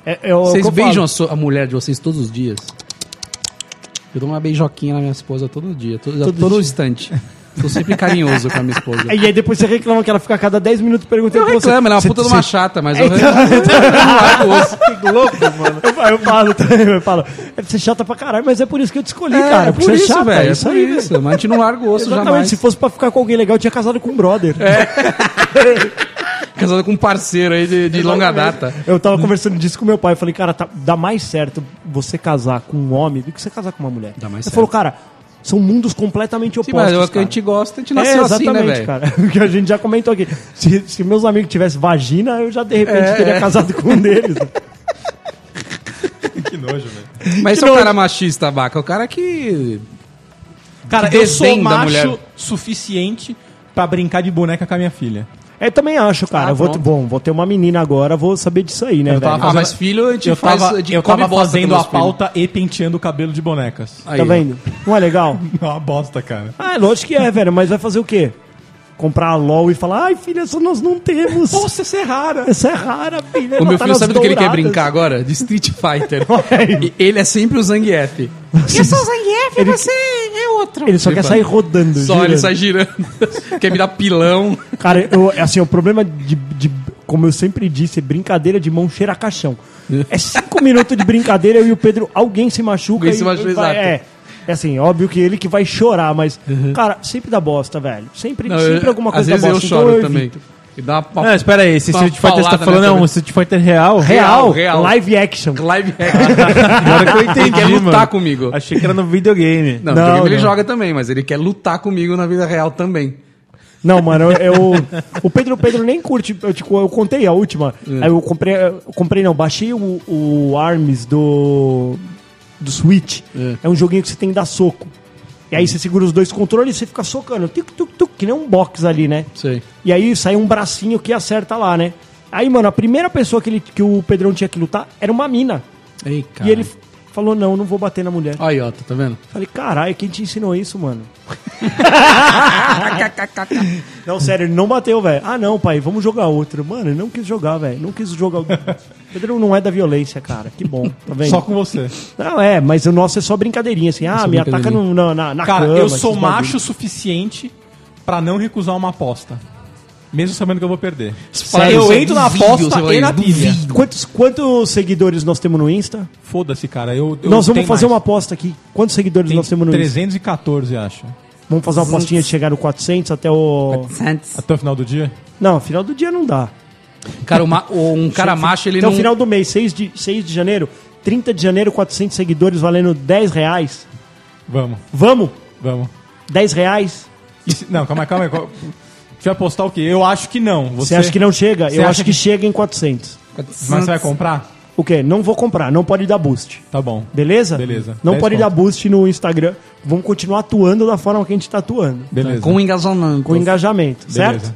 e-
É- é o que
Vocês
eu
beijam
falo.
a, sua- a mulher de vocês todos os dias? Eu dou uma beijoquinha na minha esposa todo dia, todo, todo, instante. Sou sempre carinhoso com a minha esposa.
E aí depois você reclama que ela fica a cada 10 minutos perguntando
Eu
pra você.
reclamo, ela é uma
"Cê-
puta de
cê
uma chata, mas eu reclamo.
Que louco, mano.
Eu falo- Eu falo também, eu falo. "É, Você é chata pra caralho, mas é por isso que eu te escolhi, cara.
é
Porque você
por
é
isso,
chata,
velho.
é
É
isso
por
aí.
isso. Mas a gente não larga o osso
Exatamente,
jamais.
se fosse pra ficar com alguém legal, eu tinha casado com um brother. É,
Casado com um parceiro aí de, de longa data.
Eu tava conversando disso com meu pai. Eu falei, cara, tá- dá mais certo você casar com um homem do que você casar com uma mulher.
Dá mais
Ele
certo.
falou, cara, são mundos completamente
Sim,
opostos.
mas é o que a
cara.
gente gosta, a gente
É,
nasceu assim, né,
exatamente,
velho?
cara. O que a gente já comentou aqui. Se, se meus amigos tivessem vagina, eu já de repente
É.
teria casado com um deles. né?
Que nojo, velho.
Mas esse é o cara machista, vaca. É o cara que.
Cara,
Que
eu sou
desdém da
macho
mulher.
suficiente pra brincar de boneca com a minha filha.
É, também acho, cara.
Ah,
Eu vou,
pronto.
bom, vou ter uma menina agora, vou saber disso aí, né,
Eu tava
velho?
Ah, mas filho, a gente
Eu
faz.
eh,
tava,
a gente
eu
come
tava
bosta com
fazendo a
nosso filho.
pauta e penteando o cabelo de bonecas.
Aí,
Tá
ó.
vendo? Não é legal?
É uma bosta, cara.
Ah, é lógico que é, velho, mas vai fazer o quê? Comprar a LOL e falar, ai, filha, essa nós não temos.
Nossa, essa é rara.
Essa é rara, filha.
O
ela
meu
tá
filho
nas
sabe do que ele quer
douradas."
brincar agora? De Street Fighter.
Olha aí.
E ele é sempre o Zangief. Tipo,
Eu sou o Zangief,
Ele-
você é o
outro.
Ele só quer sair rodando.
Só ele
girando.
sai girando. Quer me dar pilão.
Cara, eu- assim, o problema de, de- Como eu sempre disse, é brincadeira de mão cheira a caixão. É cinco minutos de brincadeira, eu e o Pedro, alguém se machuca.
Alguém se
e-
machuca,
e vai-
exato. Uhum.
É, é assim, óbvio que ele que vai chorar, mas. Cara, sempre dá bosta, velho. Sempre,
Não,
sempre
eu-
alguma
às
coisa
vezes
dá
eu
bosta.
choro
então é
também.
evito.
E dá uma
Não,
tipo,
espera aí, esse
Uma
Street Fighter você tá
né,
paulada
falando
na
é um
cabeça.
Street Fighter real?
Real,
real.
live action.
live hack.
Agora que eu entendi,
Ele quer lutar
mano.
comigo.
Achei que era no videogame.
Não,
Não,
videogame ele
não.
joga também, mas ele quer lutar comigo na vida real também.
Não, mano, eu, eu- o Pedro o Pedro nem curte. Eu, tipo, eu contei a última. Aí eu comprei, eu comprei não, baixei o, o Arms do do Switch. É. um joguinho que você tem que dar soco. E aí você segura os dois controles e você fica socando, tic, tuc, tuc, que nem um box ali, né?
Sei.
E aí sai um bracinho que acerta lá, né? Aí, mano, a primeira pessoa que, ele, que o Pedrão tinha que lutar era uma mina.
Ei,
E ele f- falou: não, não vou bater na mulher.
Aí, ó, tá vendo?
Falei, caralho, quem te ensinou isso, mano? não, sério, ele não bateu, velho. Ah, não, pai, vamos jogar outro. Mano, ele não quis jogar, velho. Não quis jogar. Pedro não é da violência, cara. Que bom, tá vendo?
Só com você.
Não, é, mas o nosso é só brincadeirinha, assim. Ah, me ataca no, na, na, na
Cara,
cama,
eu sou
esses
macho
bagulho.
o suficiente pra não recusar uma aposta. Mesmo sabendo que eu vou perder.
Sério,
eu
você
entro na
duvido,
aposta
você vai-
e na pilha.
duvido.
Quantos, quantos seguidores nós temos no Insta?
Foda-se, cara. Eu, eu
nós
tenho
vamos fazer
mais.
uma aposta aqui. Quantos seguidores nós temos no Insta?
314, acho.
Vamos fazer uma apostinha de chegar no 400 até o.
Até o final do dia?
Não, final do dia não dá.
Cara, uma- um cara macho, ele
Até
não.
o final do mês, 6 de, 6 de janeiro, 30 de janeiro, 400 seguidores valendo 10 reais.
Vamos,
Vamos?
vamos.
10 reais?
E se- Não, calma aí, calma aí. qual- Você vai apostar o quê? Eu acho que não.
Você acha que não chega?
Você
Eu
acha
acho que,
que-
chega em 400.
Mas você vai comprar?
O quê? Não vou comprar, não pode dar boost.
Tá bom.
Beleza?
Beleza.
Não
10
pode
conto.
dar boost no Instagram. Vamos continuar atuando da forma que a gente tá atuando.
Beleza.
Com engajamento.
Com engajamento,
Beleza.
certo?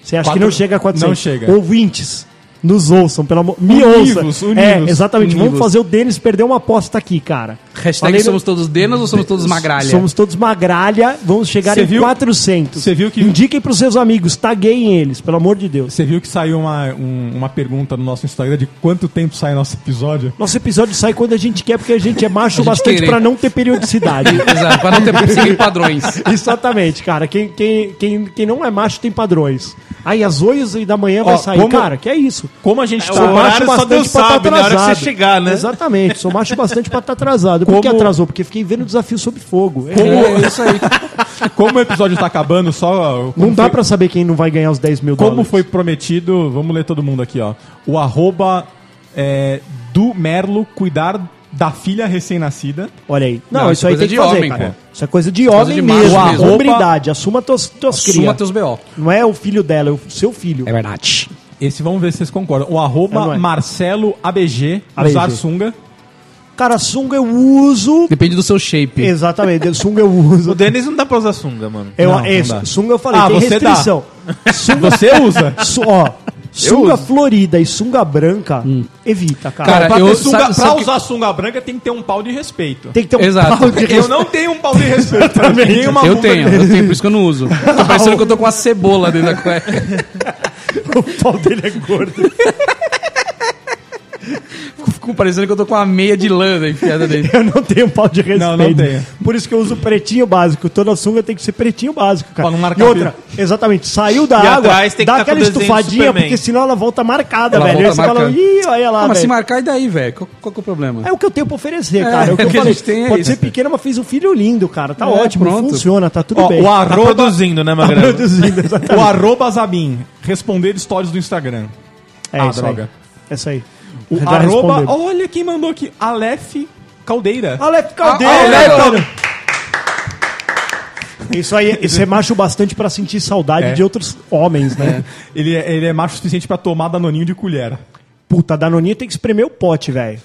Você acha
Quatro-
que não chega a 400?
Não chega.
Ouvintes, nos ouçam, pelo amor... Me
Univos,
ouça.
univos,
é, exatamente. Vamos
univos.
fazer o Denis perder uma aposta aqui, cara.
Hashtag
Falei no-
somos todos denos ou somos todos magralha?
Somos todos magralha, vamos chegar
Cê
em
viu-
400.
cê viu que-
Indiquem pros seus amigos, tagueiem eles, pelo amor de Deus.
Você viu que saiu uma, um- uma pergunta no nosso Instagram de quanto tempo sai nosso episódio?
Nosso episódio sai quando a gente quer, porque a gente é macho
gente
bastante
quer, hein?
pra não ter periodicidade.
Exato, pra não ter seguir padrões.
Exatamente, cara. Quem, quem, quem, quem não é macho tem padrões. Aí às 8 da manhã vai
Ó,
sair.
como-
Cara, que é isso.
Como a gente
É,
tá...
o horário só Deus
pra tá
sabe,
né?
na hora que
atrasado.
você chegar, né?
Exatamente, sou macho bastante pra estar atrasado. Por que
Como-
atrasou? Porque fiquei vendo o desafio sob fogo. É,
É isso aí.
Como o episódio tá acabando, só...
Não
como
dá
foi-
pra saber quem não vai ganhar os 10 mil
Como
dólares.
foi prometido, vamos ler todo mundo aqui, ó. O arroba é, do Merlo cuidar da filha recém-nascida.
Olha aí. Não,
Não,
isso
isso é
aí
coisa
tem que
de
fazer,
homem,
cara.
pô.
Isso é coisa de
coisa
homem
de macho
mesmo.
mesmo.
Hombridade. Assuma tuas, tuas
Suma
cria.
teus BO.
Não é o filho dela, é o seu filho.
verdade.
Esse vamos ver se vocês concordam. O
É, não
arroba
é?
Marcelo ABG,
ABG.
usar sunga.
Cara, sunga eu uso.
Depende do seu shape.
Exatamente, sunga eu uso.
O Denis não dá pra usar sunga, mano.
Eu,
Não, não
é,
dá.
sunga eu falei,
Ah,
tem
você dá.
restrição. Sunga,
Você usa.
su- ó, sunga
uso.
florida e sunga branca, evita, cara.
Cara,
pra ter
eu-
sunga-
sabe-
pra
sabe que-
usar sunga branca tem que ter um pau de respeito.
Tem que ter um
Exato.
pau de
Eu não tenho um pau de respeito. eu tenho uma
Eu
bunda-
tenho, eu tenho, por isso que eu não uso. Tô parecendo que eu tô com uma cebola dentro da cueca.
O pau dele é gordo.
Fico parecendo que eu tô com uma meia de lã né, enfiada dentro.
Eu não tenho pau de respeito.
Não, não tenho.
Por isso que eu uso pretinho básico. Toda sunga tem que ser pretinho básico, cara.
Pra não marcar
e outra, exatamente, saiu da
E
água,
atrás tem que
dá
tá com
aquela
o desenho do
estufadinha,
Superman.
porque senão ela volta marcada,
Ela
velho.
volta
Aí você fala,
marcando.
ih, olha lá,
Ah, mas se
velho.
marcar, e daí, velho? Qual, qual que é o problema?
É o que eu tenho pra oferecer,
É,
cara. É o que, eu
o que a
falei.
gente tem é
Pode
isso.
ser pequena, mas fez um filho lindo, cara. Tá
É,
ótimo,
pronto.
funciona, tá tudo
Ó,
bem.
o
Tá
arroba,
produzindo, né,
Tá
Magrelo?
produzindo, exatamente.
o arroba Zabim, responder stories do Instagram.
É
Ah,
isso
droga.
aí. É isso aí.
O
Já
arroba,
respondeu.
olha quem mandou aqui, Aleph Caldeira. Ah,
Aleph Caldeira! Isso aí, isso é macho bastante pra sentir saudade
É.
de outros homens, né?
Ele, é- ele é macho o suficiente pra tomar danoninho de colher.
Puta, a Danoninha tem que espremer o pote, velho.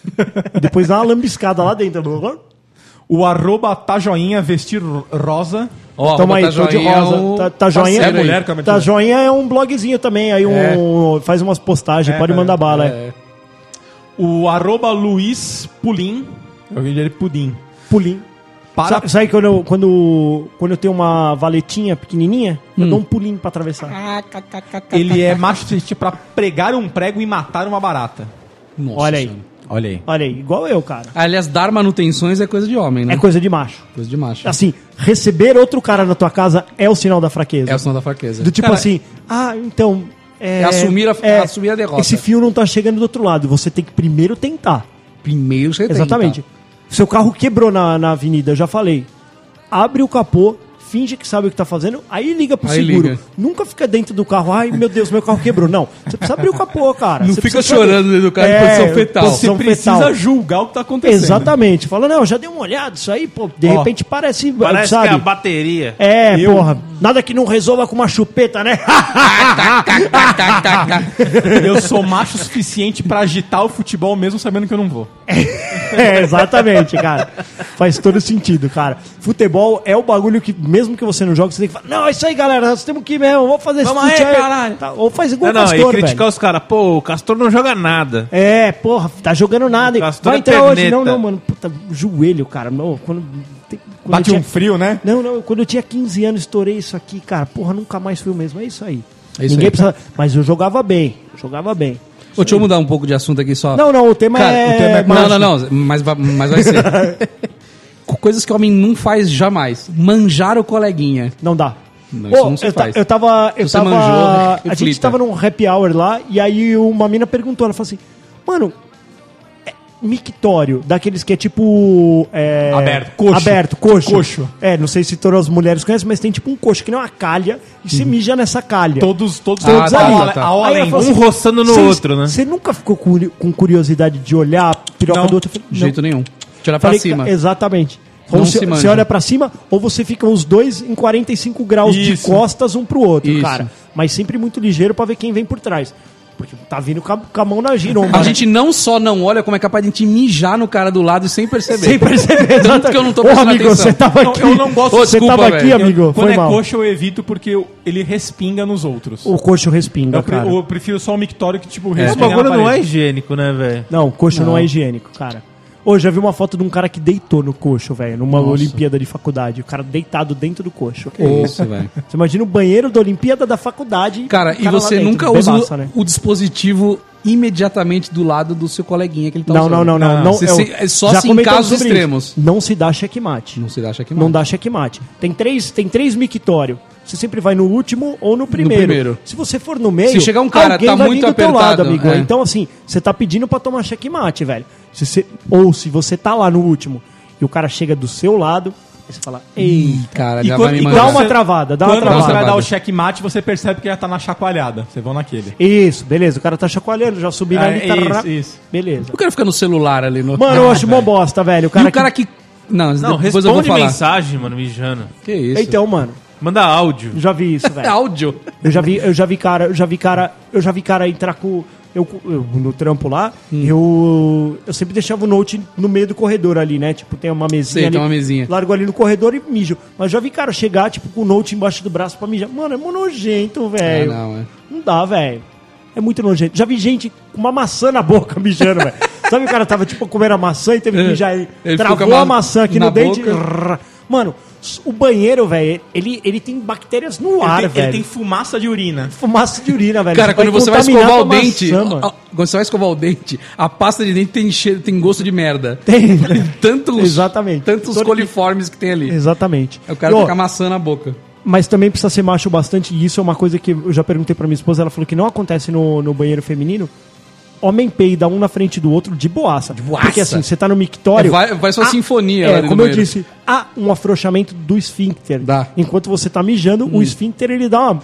Depois dá uma lambiscada lá dentro.
O arroba tá joinha vestir rosa.
Ó,
Tamo aí,
arroba
tô de
é
rosa.
um
Tá, tá joinha
parceiro aí.
mulher, cara.
Tá joinha é um blogzinho também, aí um, faz umas postagens,
É,
pode
é,
mandar bala. É.
O arroba Luiz Pulim. Eu vi ele Pudim.
Pulinho.
Para
Sa- Sabe quando eu, quando, quando eu tenho uma valetinha pequenininha, eu
Hum.
dou um pulinho pra atravessar.
Ele é macho suficiente pra pregar um prego e matar uma barata.
Nossa
Olha aí.
senhora.
Olha aí.
Olha aí, igual eu, cara.
Aliás, dar manutenções é coisa de homem, né?
É coisa de macho.
coisa de macho.
Assim, receber outro cara na tua casa é o sinal da fraqueza.
É o sinal da fraqueza.
Do tipo
Cara,
assim, ah, então. É,
É assumir a- assumir a derrota.
Esse fio não tá chegando do outro lado. Você tem que primeiro tentar.
Primeiro você tenta.
Exatamente. Seu carro quebrou na, na avenida, eu já falei. Abre o capô, finge que sabe o que tá fazendo, aí liga pro
Aí
seguro.
liga.
Nunca fica dentro do carro, ai meu Deus, meu carro quebrou. Não, você precisa abrir o capô, cara.
Não
Você
fica
precisa
chorando
saber.
dentro do carro em posição fetal.
posição
Você precisa
fetal.
julgar o que tá acontecendo.
Exatamente. Fala, não, já dei uma olhada, isso aí, pô, de
Ó,
repente parece,
Parece
sabe?
que é a bateria.
É, porra. Nada que não resolva com uma chupeta, né? tá,
Eu sou macho o suficiente pra agitar o futebol mesmo sabendo que eu não vou.
é, exatamente, cara. Faz todo sentido, cara. Futebol é o bagulho que, mesmo que você não joga, você tem que falar, não, é isso aí, galera, nós temos que ir mesmo, vamos fazer
Vamos
esse
aí,
chute
caralho.
Tá, ou faz igual
Não,
o
não, e
Castor,
criticar
velho.
os caras. Pô, o Castor não joga nada.
É, porra, tá jogando nada. hein?
Castor
Vai
é
entrar hoje.
perneta.
Não, não, mano. Puta, joelho, cara. Não, quando, tem- quando
Bate
eu
um frio, né?
Não, não, quando eu tinha 15 anos, estourei isso aqui, cara. Porra, nunca mais fui o mesmo. É isso aí.
É isso
Ninguém
aí.
precisa. Mas eu jogava bem. Jogava bem.
Ô, deixa eu mudar um pouco de assunto aqui só.
Não, não, o tema
Cara,
é.
o tema é
macho.
Não, não, não, mas, va- mas vai ser. Co- Coisas que homem não faz jamais. Manjar o coleguinha.
Não dá.
Não, isso
Ô,
não se
eu, ta-
faz.
eu tava. Eu
Se você
tava
manjou, né,
a
reflita.
gente tava num happy hour lá e aí uma mina perguntou, ela falou assim, mano. é Mictório, daqueles que é tipo. é,
Aberto, coxo.
Aberto, coxo.
Coxo.
É, não sei se todas as mulheres conhecem, mas tem tipo um coxo que não é uma calha e se mija nessa calha.
Todos, todos,
Ah,
todos
tá,
ali. Olha-
tá, Uhum. tá.
a
Aí
olha
ela
em
falou assim,
um roçando no
"Cês-
outro, né?"
Você nunca ficou curi- com curiosidade de olhar a piroca
Não,
do outro? Eu falei,
De jeito nenhum. Tirar pra
Falei,
cima.
"Ca- Exatamente. Ou
Não
você,
se manja.
você olha pra cima, ou você fica os dois em 45 graus de
Isso.
costas um pro outro,
Isso.
cara. Mas sempre muito ligeiro pra ver quem vem por trás. Porque tá vindo com a, com a mão na giromba.
A
né?
gente não só não olha, como é capaz de a gente mijar no cara do lado e sem perceber.
sem perceber. exatamente.
que eu não tô
Ô,
prestando
amigo,
atenção.
você tava aqui.
eu não gosto-
Ô,
Você
desculpa,
tava
velho.
aqui,
Eu-
amigo.
Quando
Foi
é
mal.
coxa, eu evito porque eu- ele respinga nos outros.
O coxo respinga,
eu, pre-
cara.
eu prefiro só o mictório que, tipo,
Esse
respinga na
bagulho não é
parede.
higiênico, né, velho?
Não, coxo não. é higiênico, cara. Hoje já vi uma foto de um cara que deitou no coxo, velho, numa Olimpíada de faculdade. O cara deitado dentro do coxo.
Ô, Isso, velho.
Você imagina o banheiro da Olimpíada da faculdade.
Cara,
o
e
lá
você
dentro,
nunca usa
bebaça,
o,
né?
o dispositivo imediatamente do lado do seu coleguinha que ele tá
não,
usando.
não, não, não, não,
Você
eu-
se- é só
já
se em
comentamos
casos
sobre
extremos.
isso. Não se dá checkmate.
Não se dá checkmate.
Não dá checkmate. Tem três, tem três mictório. Você sempre vai no último ou no primeiro.
primeiro.
Se você for no meio,
Se chegar um cara, tá
vai
muito
vir do teu lado,
apertado,
amigo.
é.
Então assim, você tá pedindo pra tomar checkmate, velho. Se você- ou se você tá lá no último e o cara chega do seu lado, aí você fala: "Ei,
Ih, cara,
E
já
quando-
vai me
e
dá
mandar.
quando
uma
você-
travada, dá uma
Quando
travada".
você vai
travada.
dar o checkmate, você percebe que já tá na chacoalhada. Você vão naquele.
Isso, beleza. O cara tá chacoalhando, já subi na
Ah,
guitarra.
isso, isso.
Beleza.
Eu quero ficar no celular ali no.
Mano, eu acho mó bosta,
Ah,
velho. O
E
cara,
o cara que. Não,
Não,
depois eu vou
responde
falar.
mensagem, mano, mijando.
Que é isso?
que... Então, mano,
Manda áudio.
já vi isso,
é
velho.
áudio.
Eu já vi, eu já vi cara, eu já vi cara, eu já vi cara entrar com eu, eu- no trampo lá,
Hum.
eu eu sempre deixava o note no meio do corredor ali, né? Tipo, tem uma mesinha
Sei,
ali.
tem uma mesinha.
Largo ali no corredor e mijo. Mas já vi cara chegar tipo com o note embaixo do braço pra mijar. Mano, é mó nojento, velho.
Ah, não, é.
Não dá, velho. É muito nojento. Já vi gente com uma maçã na boca mijando, velho. Sabe o cara tava tipo comendo a maçã e teve que
É.
mijar ele,
Ele ficou
travou
com a
a
ma-
maçã aqui
na
no dente.
boca.
rrr. Mano, o banheiro, velho, ele, ele tem bactérias no ar,
ele, tem,
velho
ele tem fumaça de urina.
fumaça de urina, velho.
Cara, quando você vai
contaminar
escovar o
tua
dente,
maçã, mano.
a- quando você vai escovar o dente, a pasta de dente tem cheiro, tem gosto de merda.
Tem, velho.
Tantos,
Exatamente.
Tantos
Todo-
coliformes que tem ali. É
Exatamente.
O cara
E, ó,
fica amassando a boca.
Mas também precisa ser macho bastante, e isso é uma coisa que eu já perguntei pra minha esposa, ela falou que não acontece no, no banheiro feminino. Homem peida um na frente do outro de boaça. De
boaça.
Porque assim, você tá no mictório.
É, vai- vai sua sinfonia
É,
ali no
como eu
banheiro.
disse, há um afrouxamento do esfíncter.
Dá. Hum.
Enquanto você tá mijando, o esfíncter ele dá uma.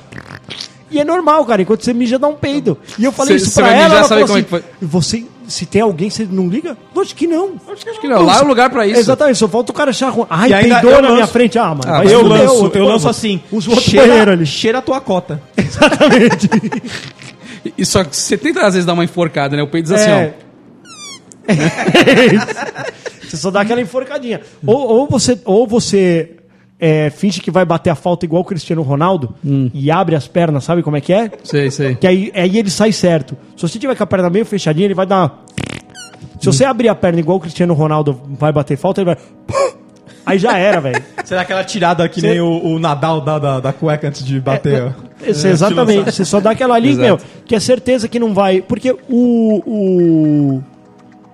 E é normal, cara. Enquanto você mija, dá um peido. E eu falei
Cê-
isso
cê
pra
vai
ela,
mijar,
ela
sabe
falou
como é
assim, você, se tem alguém, você não liga? Lógico que não. Acho
que não. Lá é o lugar pra isso.
Exatamente, só falta o cara achar ruim. Ai,
E ainda
peidou
eu
na minha
lanço-
frente. Ah, mano.
Ah,
vai
mas
Eu
se fuder,
lanço,
outro-
eu
pô,
lanço
mano,
assim.
Usa o outro
cheira-
banheiro ali.
Cheira a tua cota.
Exatamente.
E só que você tenta às vezes dar uma enforcada, né? O peito diz assim,
É.
ó.
Você só dá aquela enforcadinha. Ou, ou você, ou você é, finge que vai bater a falta igual o Cristiano Ronaldo e abre as pernas, sabe como é que é?
Sei, sei.
Que aí, aí ele sai certo. Se você tiver com a perna meio fechadinha, ele vai dar. uma- Se você abrir a perna igual o Cristiano Ronaldo vai bater falta, ele vai. Aí já era, velho.
Será aquela tirada que
Cê-
nem o, o Nadal dá da, da cueca antes de bater? ó. É,
Isso, exatamente. Você só dá aquela ali,
Exato.
meu, que é certeza que não vai. Porque o.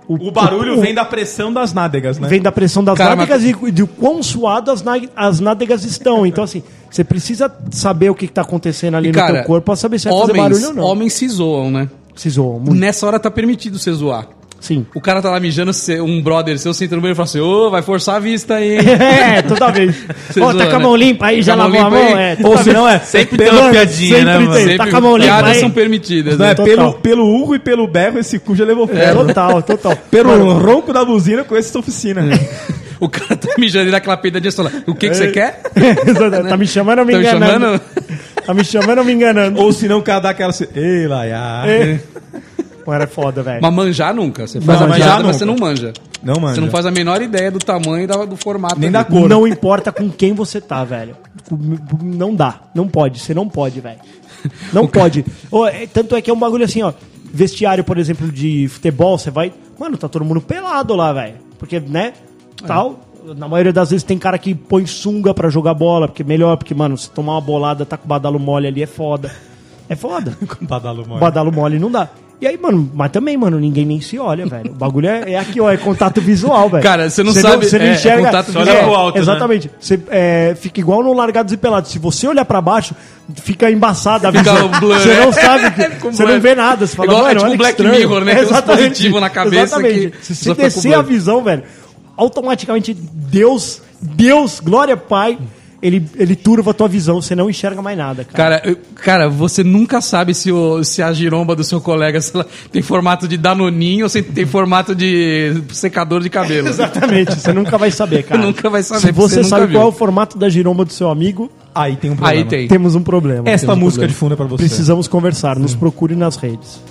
O,
O barulho vem da pressão das nádegas, né?
Vem da pressão das
Cara,
nádegas e e do quão suado as, na- as nádegas estão. Então, assim, você precisa saber o que está acontecendo ali
E,
no
cara,
teu corpo pra saber se vai fazer
homens,
barulho ou não.
homens se zoam, né?
Se zoam muito.
Nessa hora tá permitido você zoar.
Sim.
O cara tá lá mijando, você- um brother seu senta no banheiro e fala assim, ô, vai forçar a vista aí.
Tá
É, toda vez.
Você
Ó,
zoa,
tá com a
né?
mão limpa aí, já
Tá com a mão
lavou a mão.
limpa aí.
É, toda vez.
é.
Sempre tem uma piadinha,
sempre
né, mano?
tem. Tá com a mão limpa
piadas
aí.
são permitidas,
Não, é
né?
pelo,
Total.
pelo urro e pelo berro, esse cu já levou
É,
ferro.
total, total.
Pelo
Mano,
ronco da buzina, eu conheço essa oficina.
O cara tá mijando e dá aquela peidadinha e fala, o que que você
É.
quer?
exatamente. tá me chamando ou me
Tá me
enganando?
chamando?
Tá me chamando ou me enganando?
Ou se não, o cara dá aquela... assim, Ei, Laia.
Mano, é foda, velho.
Mas manjar nunca. Você faz
Não,
a
manjar
manjada, mas
nunca.
você não manja.
Não, mano.
Você não faz a menor ideia do tamanho e da- do formato.
Nem
ali.
da cor.
Não importa com quem você tá, velho. Não dá. Não pode. Você não pode, velho. Não pode. Ô, é, tanto é que é um bagulho assim, ó. Vestiário, por exemplo, de futebol, você vai. Mano, tá todo mundo pelado lá, velho. Porque, né? Tal. Na maioria das vezes tem cara que põe sunga pra jogar bola, porque é melhor, porque, mano, se tomar uma bolada, tá com o badalo mole ali, é foda. É foda.
Badalo mole.
Badalo mole não dá. E aí, mano, mas também, mano, ninguém nem se olha, velho. O bagulho é, é aqui, ó, é contato visual, velho.
Cara, você não sabe-
Você não
é, é
enxerga.
contato
Você
visual.
é,
Olha pro alto, né?
Exatamente. Você é, fica igual no Largados e Pelados. Se você olhar pra baixo, fica embaçada a
Fica
visão.
um blur,
Você não
né?
sabe, que-
Fica um
você
blur.
não vê nada. Você fala,
Igual- é
mano,
tipo
olha
um
que
Black
estranho.
Mirror, né? Tem uns
Exatamente.
positivos na cabeça que
Exatamente. Se
só
você
fica com
descer a
blur.
visão, velho, automaticamente Deus, Deus, glória Pai, ele, ele turva a tua visão. Você não enxerga mais nada, cara.
Cara, eu- cara, você nunca sabe se, o- se a giromba do seu colega se ela tem formato de danoninho ou se tem formato de secador de cabelo.
Exatamente, você nunca vai saber, cara.
Nunca vai saber,
Se
porque você
você
nunca
sabe
viu.
qual é o formato da giromba do seu amigo,
Aí tem um problema.
Aí tem.
temos um problema.
Esta
Temos um
música
problema.
de fundo é pra você.
Precisamos conversar, nos procure nas redes.